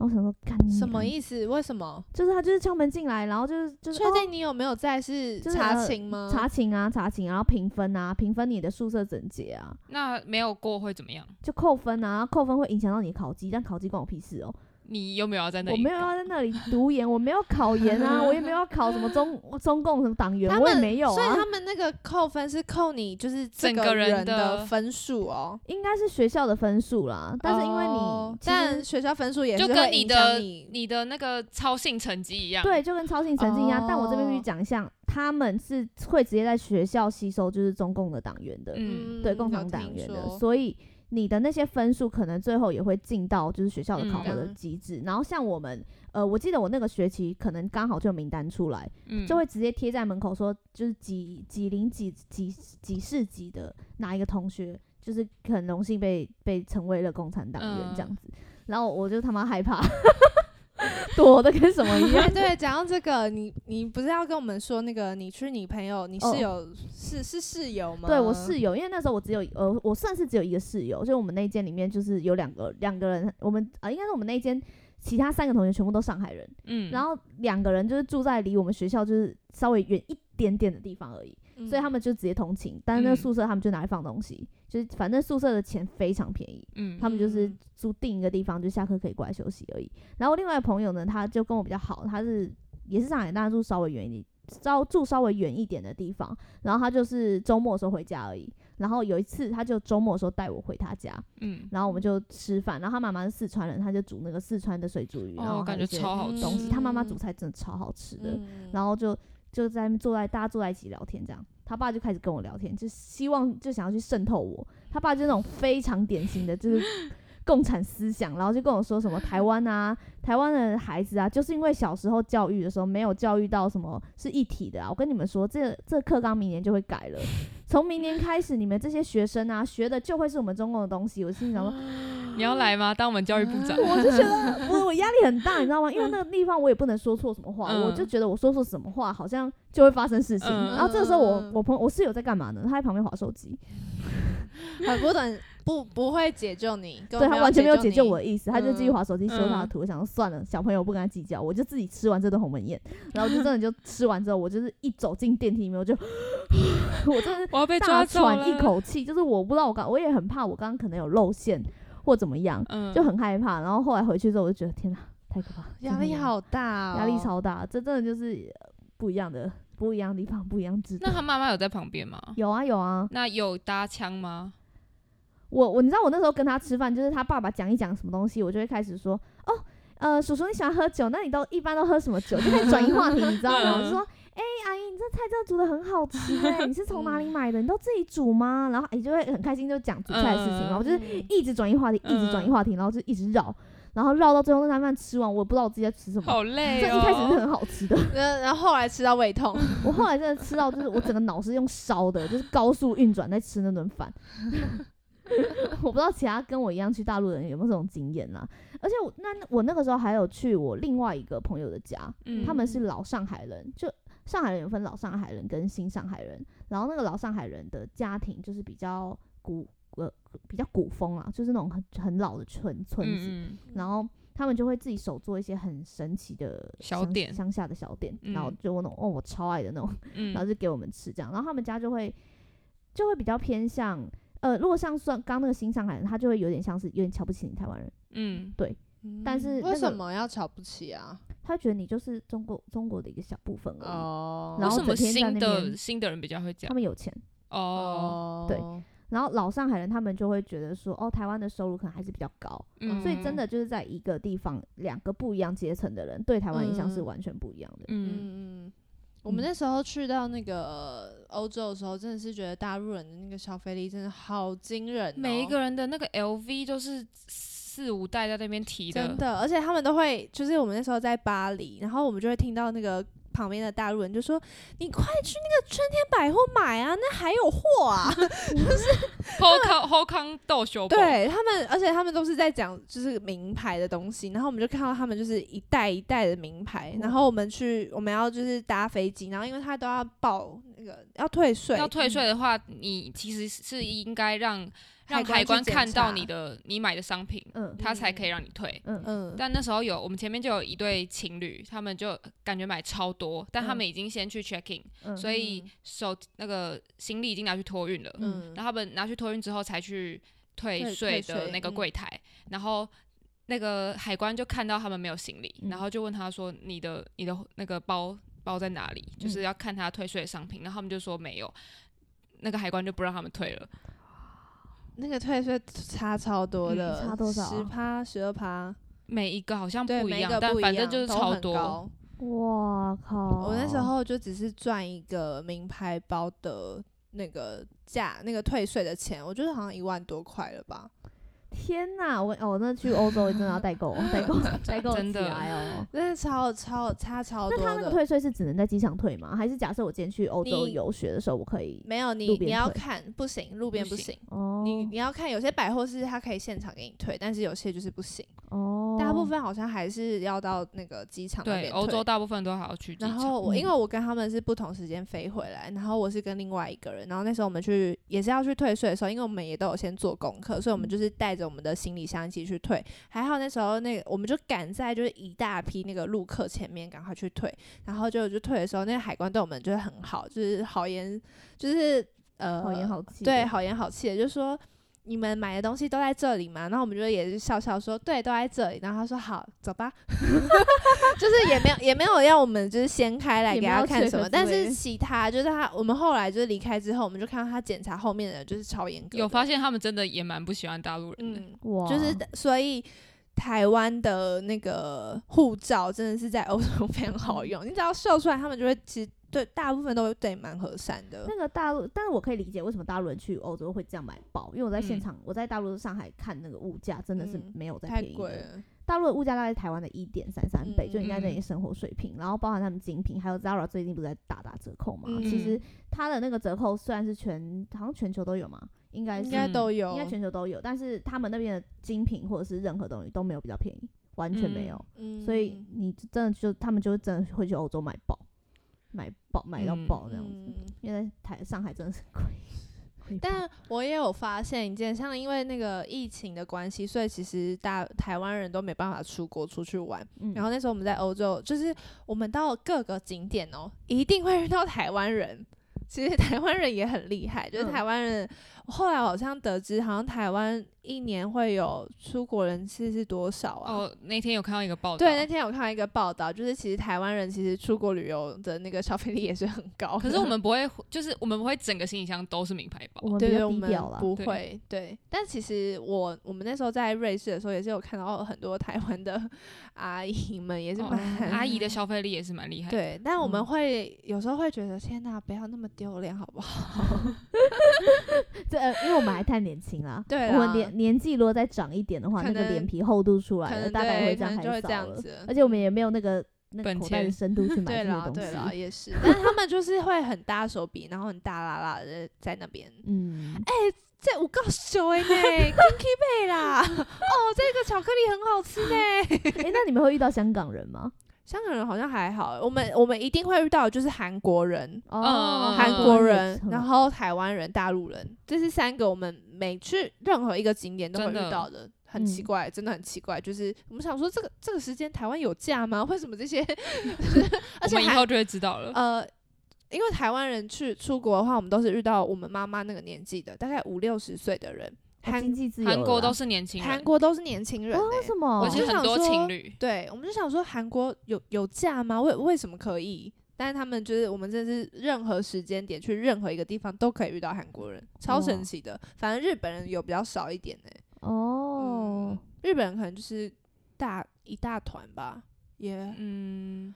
C: 然后我想说，干你
A: 什么
C: 娘
A: 意思？为什么？
C: 就是他就是敲门进来，然后就是就是
A: 确
C: 哦
A: 定你有没有在是
C: 就是
A: 查
C: 呃
A: 情吗？
C: 查寝啊查寝，然后评分啊评分你的宿舍整洁啊，
B: 那没有过会怎么样？
C: 就扣分啊，扣分会影响到你的考绩，但考绩关我屁事哦。
B: 你有没有要在那
C: 我
B: 里？
C: 没有啊要在那里读研，我没有考研啊，我也没有要考什么
A: *laughs*
C: 中中共什么党员
A: 他，
C: 我也
A: 们
C: 没有
A: 所以
C: 啊
A: 他。们那个扣分是扣你就是这
B: 整个人
A: 人
B: 的
A: 分数哦，
C: 应该是学校的分数啦，但是因为你，
A: 哦
C: 其实
A: 但学校分数也是
B: 就
A: 会
B: 跟你
A: 影响
B: 的
A: 你
B: 你的那个操性成绩一样。
C: 对，就跟超性成绩一样。但我这边必须
A: 哦
C: 讲一下，他们是会直接在学校吸收就是中共的党员的，
B: 嗯，
C: 对，共
A: 有
C: 产党
A: 听
C: 员的，
A: 说
C: 所以你的那些分数可能最后也会进到就是学校的考核的
A: 嗯
C: 机制。然后像我们，呃，我记得我那个学期可能刚好就有名单出来，
B: 嗯，
C: 就会直接贴在门口说，就是几几零几几几市级的哪一个同学，就是很荣幸被被成为了共产党员这样子。然后我就他妈害怕， *laughs* 躲的跟什么一样。
A: 哎， *laughs* 对，讲到这个，你你不是要跟我们说那个你去你朋友，你
C: 哦
A: 室友、是是室友吗？
C: 对我室友，因为那时候我只有呃，我算是只有一个室友，就我们那一间里面就是有两个两个人，我们啊、应该是我们那一间其他三个同学全部都上海人，
B: 嗯，
C: 然后两个人就是住在离我们学校就是稍微远一点点的地方而已，
A: 嗯，
C: 所以他们就直接通勤，但是
B: 嗯
C: 那个宿舍他们就拿来放东西，就是反正宿舍的钱非常便宜，
B: 嗯，
C: 他们就是
A: 嗯
C: 租定一个地方，就下课可以过来休息而已。然后另外的朋友呢，他就跟我比较好，他是也是上海，但是住稍微远一点，稍住稍微远一点的地方。然后他就是周末的时候回家而已。然后有一次，他就周末的时候带我回他家，
B: 嗯，
C: 然后我们就吃饭。然后他妈妈是四川人，他就煮那个四川的水煮鱼，然
B: 哦，
C: 后
B: 我感
C: 还有
B: 觉
C: 一些
B: 超好吃。
C: 东西。他妈妈煮
A: 嗯
C: 菜真的超好吃的，
A: 嗯
C: 然后就就在那边坐在大家坐在一起聊天，这样。他爸就开始跟我聊天，就希望就想要去渗透我。他爸就是那种非常典型的，就是 *laughs* 共产思想，然后就跟我说什么台湾啊，台湾的孩子啊，就是因为小时候教育的时候没有教育到什么是一体的啊。我跟你们说，这这课纲明年就会改了，从明年开始，你们这些学生啊，学的就会是我们中共的东西。我心里想说，
B: 你要来吗？当我们教育部长，
C: 我就觉得我我压力很大，你知道吗？因为那个地方我也不能说错什么话，
B: 嗯
C: 我就觉得我说错什么话好像就会发生事情。
B: 嗯
C: 然后这个时候我
A: 嗯
C: 我朋我室友在干嘛呢？他在旁边划手机，
A: 很不懂，不不会解救你，根
C: 对
A: 本
C: 他完全没有解救
A: 你
C: 我的。意思，他就继续划手机修他的
B: 嗯
C: 图。我想说算了，小朋友不跟他计较，我就自己吃完这顿鸿门宴。然后就真的就吃完之后，我就是一走进电梯里面，我就我真的是
B: 我要被抓
C: 大
B: 走了。
C: 喘一，口气，就是我不知道我刚我也很怕我刚刚可能有露馅或怎么样，
B: 嗯，
C: 就很害怕。然后后来回去之后，我就觉得天哪，太可怕了，
A: 压
C: 真的
A: 力
C: 有
A: 好大、哦
C: 压力。超大，这真的就是呃不一样的不一样的地方，不一样制度
B: 那。他妈妈有在旁边吗？
C: 有啊有啊，
B: 那有搭腔
C: *laughs*
B: 吗？
C: 我我你知道我那时候跟他吃饭，就是他爸爸讲一讲什么东西，我就会开始说哦，
B: 嗯
C: 呃，叔叔你喜欢喝酒，那你都一般都喝什么酒？就会转移话题，你知道吗？我就说，哎、阿姨，这菜真的煮的很
B: *laughs*
C: 好吃哎、你是从哪里买的？你都自己煮吗？”然后你就会很开心，就讲煮菜的事情，
B: 嗯
C: 然后就是一直转移话题，一直转移话题，然后就一直绕，然后绕到最后那餐饭吃完，我也不知道我自己在吃什么。
B: 好累
C: 这一开始是
B: 哦。
C: 很好吃的，
A: 然然后后来吃到胃痛，
C: 我后来真的吃到就是我整个脑是用烧的，就是高速运转在吃那
B: *laughs*
C: 顿饭。我不知道其他跟我一样去大陆的人有没有这种经验啦、而且我那我那个时候还有去我另外一个朋友的家，
B: 嗯
C: 他们是老上海人，就上海人有分老上海人跟新上海人，然后那个老上海人的家庭就是比较古呃比较古风啦，就是那种很很老的村村子，
B: 嗯嗯
C: 然后他们就会自己手做一些很神奇的
B: 小
C: 乡
B: 点
C: 乡下的小店，然后
B: 嗯
C: 就那种哦我超爱的那种，
B: 嗯，
C: 然后就给我们吃这样，然后他们家就会就会比较偏向呃，如果像算刚那个新上海人，他就会有点像是有点瞧不起你台湾人，
B: 嗯
C: *laughs* 但是
A: 嗯
C: 那
A: 为
C: 个
A: 什么要瞧不起啊？
C: 他觉得你就是中国中国的一个小部分而已，
A: 哦，
C: 然后
B: 为什么
C: 整天在
B: 新
C: 那
B: 的
C: 边
B: 新的人比较会讲
C: 他们有钱。
B: 哦，
C: 对，然后老上海人他们就会觉得说，哦，台湾的收入可能还是比较高，
B: 嗯
C: 所以真的就是在一个地方，两个不一样阶层的人对台湾影响是
A: 嗯
C: 完全不一样的。
B: 嗯
A: 嗯嗯。我们那时候去到那个呃欧洲的时候，真的是觉得大陆人的那个消费力真的好惊人、哦，
B: 每一个人的那个 LV 都是四五代在那边提
A: 真的，而且他们都会，就是我们那时候在巴黎，然后我们就会听到那个旁边的大陆人就说：“你快去那个春天百货买啊，那还有货啊
B: 后康后康豆修！”
A: 对他们，而且他们都是在讲就是名牌的东西，然后我们就看到他们就是一袋一袋的名牌，然后我们去我们要就是搭飞机，然后因为他都要报那个要退税，
B: 要退税的话，你其实是应该让让海
A: 海
B: 关
A: 关去检查
B: 看到你的你买的商品，
C: 嗯
B: 他才可以让你退。
C: 嗯
A: 嗯，
B: 但那时候有我们前面就有一对情侣，他们就感觉买超多，但他们已经先去 check in，、
C: 嗯，
B: 所以手那个行李已经拿去托运了。
A: 嗯
B: 然后他们拿去托运之后才去退
A: 退
B: 税
A: 退
B: 的
A: 税
B: 那个
A: 嗯
B: 柜台，然后那个海关就看到他们没有行李，
C: 嗯
B: 然后就问他说：“你的你的那个包包在哪里？”
A: 嗯
B: 就是要看他退税的商品，然后他们就说没有。那个海关就不让他们退了，
A: 那个退税差超多
B: 嗯
A: 的，
C: 差多少啊
A: 十趴、十二趴，
B: 每一个好像
A: 对，
B: 不一
A: 每一
B: 样，
A: 个
B: 但
A: 不一
B: 反正
A: 样
B: 就是
A: 都
B: 超
A: 很
B: 多。
A: 高
C: 哇靠！
A: 哦我那时候就只是赚一个名牌包的那个价，那个退税的钱，我觉得好像一万多块了吧。
C: 天哪，我哦，那去欧洲真的要代购，代购代购
B: 真
C: 起
B: 的
C: 来哦。
A: 真的超超差超
C: 那
A: 多
C: 他那个
A: 的。
C: 退税是只能在机场退吗？还是假设我今天去欧洲
A: 你
C: 游学的时候，我可以？
A: 没有
C: 路
A: 你，
C: 边
A: 你要
C: 退
A: 看不行，路边不
B: 行
A: 行。
C: 哦，
A: 你你要看，有些百货是它可以现场给你退，但是有些就是不行。
C: 哦，
A: 大部分好像还是要到那个机场那
B: 对，
A: 边
B: 欧洲
A: 退。
B: 大部分都还要去机
A: 然
B: 场。
A: 后我
C: 嗯
A: 因为我跟他们是不同时间飞回来，然后我是跟另外一个人，然后那时候我们去也是要去退税的时候，因为我们也都有先做功课，所以我
C: 嗯
A: 们就是带着我们的行李箱一起去退。还好那时候那个我们就赶在就是一大批那个陆客前面赶快去退，然后就就退的时候，那个海关对我们就是很好，就是好言就是呃
C: 哦好言好气。
A: 对，好言好气的，就说你们买的东西都在这里嘛，然后我们就也是笑笑说对，都在这里。然后他说好，走吧， *laughs* 就是也没有也没有要我们就是掀开来
C: 也
A: 给
C: 没有
A: 他看
C: 缺
A: 什
C: 个
A: 么，但
C: 之类
A: 是
C: 的
A: 其他就是他我们后来就是离开之后，我们就看到他检查后面的人就是超严格的，
B: 有发现他们真的也蛮不喜欢大陆人的，
A: 嗯，
C: 哇，
A: 就是所以。台湾的那个护照真的是在欧洲 *laughs* 非常
C: 嗯
A: 好用，你只要秀出来，他们就会其实对大部分都会对你蛮和善的。
C: 那个大陆，但是我可以理解为什么大陆人去欧洲会这样买包，因为我在现
B: 嗯
C: 场，我在大陆上海看那个物价真的是
A: 嗯
C: 没有在
A: 太
C: 便宜
A: 贵
C: 的。
A: 了，
C: 大陆的物价大概是台湾的一点三三倍，
A: 嗯
C: 就应该那
B: 嗯
C: 里生活水平，然后包含他们精品，还有 Zara 最近不是在大打折扣嘛？其实
B: 嗯
C: 它的那个折扣虽然是全好像全球都有嘛，应该是
A: 应该都有，
C: 应该全球都有，但是他们那边的精品或者是任何东西都没有比较便宜，完全没有。
A: 嗯
C: 所以你真的就他们就真的会去欧洲买爆，买爆买到
B: 嗯
C: 爆那样子，
A: 嗯
C: 因为在台上海真的是贵。贵爆
A: 但我也有发现一件，像因为那个疫情的关系，所以其实大台湾人都没办法出国出去玩。
C: 嗯
A: 然后那时候我们在欧洲，就是我们到各个景点哦、一定会遇到台湾人。其实台湾人也很厉害，就是
C: 嗯
A: 台湾人，后来好像得知，好像台湾一年会有出国人次是多少啊？
B: 哦，那天有看到一个报道，
A: 对，那天有看到一个报道，就是其实台湾人其实出国旅游的那个消费力也是很高的，
B: 可是我们不会，就是我们不会整个行李箱都是名牌包
C: 我。们比
A: 对对，
C: 较
A: 我
C: 低
A: 们
C: 调啦。
A: 不
B: 对
A: 会对。但其实我我们那时候在瑞士的时候，也是有看到很多台湾的 *laughs* 阿姨们，也是
B: 哦
A: 蛮、
B: 阿姨的消费力也是蛮厉害
A: *laughs*
B: 的。
A: 对。但我们
C: 嗯
A: 会、有时候会觉得，天哪，不要那么丢脸，好不好？ *laughs*
C: 这、呃、因为我们还太年轻啦，
A: *laughs* 对
C: 我
A: 啦
C: 们年年纪如果再长一点的话，
A: 可
C: 那个
A: 能
C: 脸皮厚度出来
A: 可
C: 了，
A: 能
C: 大概
A: 对
C: 会
A: 可
C: 这样
A: 能就
C: 还
A: 会
C: 少
A: 这样
C: 了。
A: 子。
C: 而且我们也没有那个那个
B: 本
C: 口袋的
B: 钱
C: 深度去
A: *laughs* 对
C: 买这些
A: 啦，
C: 东
A: 对啦，
C: 西。
A: 也
C: *laughs*
A: 是，但是他们就是会很大手笔，然后很大啦啦的在那边。 *laughs*
C: 嗯，
A: 这我告诉
C: *laughs*
A: 你呢，Kinky 贝啦，哦，这个巧克力很好吃呢。 *laughs*
C: 哎、那你们会遇到香港人吗？
A: 香港人好像还好，我们我们一定会遇到的就是韩国人，
C: 哦，
A: 嗯
B: 嗯
A: 韩国
C: 也
A: 人，
C: 很
A: 然后台湾人、大陆人，这是三个我们每去任何一个景点都会
B: 真的
A: 遇到的，很奇
C: 嗯
A: 怪，真的很奇怪。就是我们想说，这个这个时间台湾有假吗？为什么这些？ *laughs* 而
B: 我
A: 且
B: 们以
A: 还
B: 后就会知道了。
A: 呃，因为台湾人去出国的话，我们都是遇到我们妈妈那个年纪的，大概五六十岁的人，
C: 哦
A: 韩
C: 经济自由了啦，
B: 韩国都是年轻人，
A: 韩国都是年轻人、
C: 哦，为
A: 欸。
C: 什
B: 而
C: 么？
A: 我
B: 且
A: 就
B: 很
A: 想
B: 多
A: 说
B: 情侣。
A: 对，我们就想说韩国有有假吗？为为什么可以？但是他们就是我们这是任何时间点去任何一个地方都可以遇到韩国人，超神
C: 哇
A: 奇的。反正日本人有比较少一点呢、
C: 哦
A: 嗯，，日本人可能就是大一大团吧，也、
B: 嗯，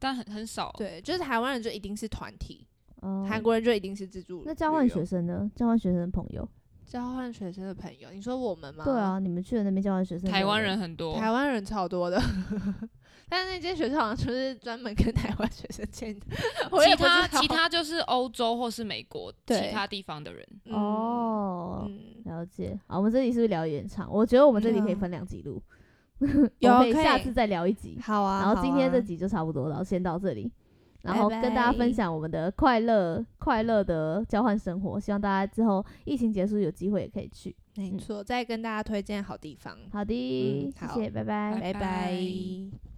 B: 但很很少。
A: 对，就是台湾人就一定是团体，
C: 哦
A: 韩、国人就一定是自助旅游。
C: 那交换学生呢？交换学生的朋友，
A: 交换学生的朋友，你说我们吗？
C: 对，啊，你们去了那边交换学生的朋
B: 台
C: 友，
B: 湾人很多，
A: 台湾人超多的， *laughs* 但是那间学校好像就是专门跟台湾学生签的。我也
B: 其
A: 不知
B: 他
A: 道
B: 其他就是欧洲或是美国
A: 对
B: 其他地方的人，
A: 嗯
C: 哦，
A: 嗯，
C: 了解。好，我们这里是不是聊有点长？我觉得我们这里可以
A: 嗯
C: 分两集录，
A: *laughs* 有
C: 我可以
A: 可以
C: 下次再聊一集。
A: 好啊。
C: 嗯然后今天
A: 好啊
C: 这集就差不多了，先到这里。然后
A: 拜
C: 跟大家分
A: 拜
C: 享我们的快乐快乐的交换生活，希望大家之后疫情结束有机会也可以去。
A: 没
C: 嗯
A: 错，再跟大家推荐好地方。
C: 好的，
A: 嗯
C: 谢谢，拜拜
A: 拜
B: 拜拜
A: 拜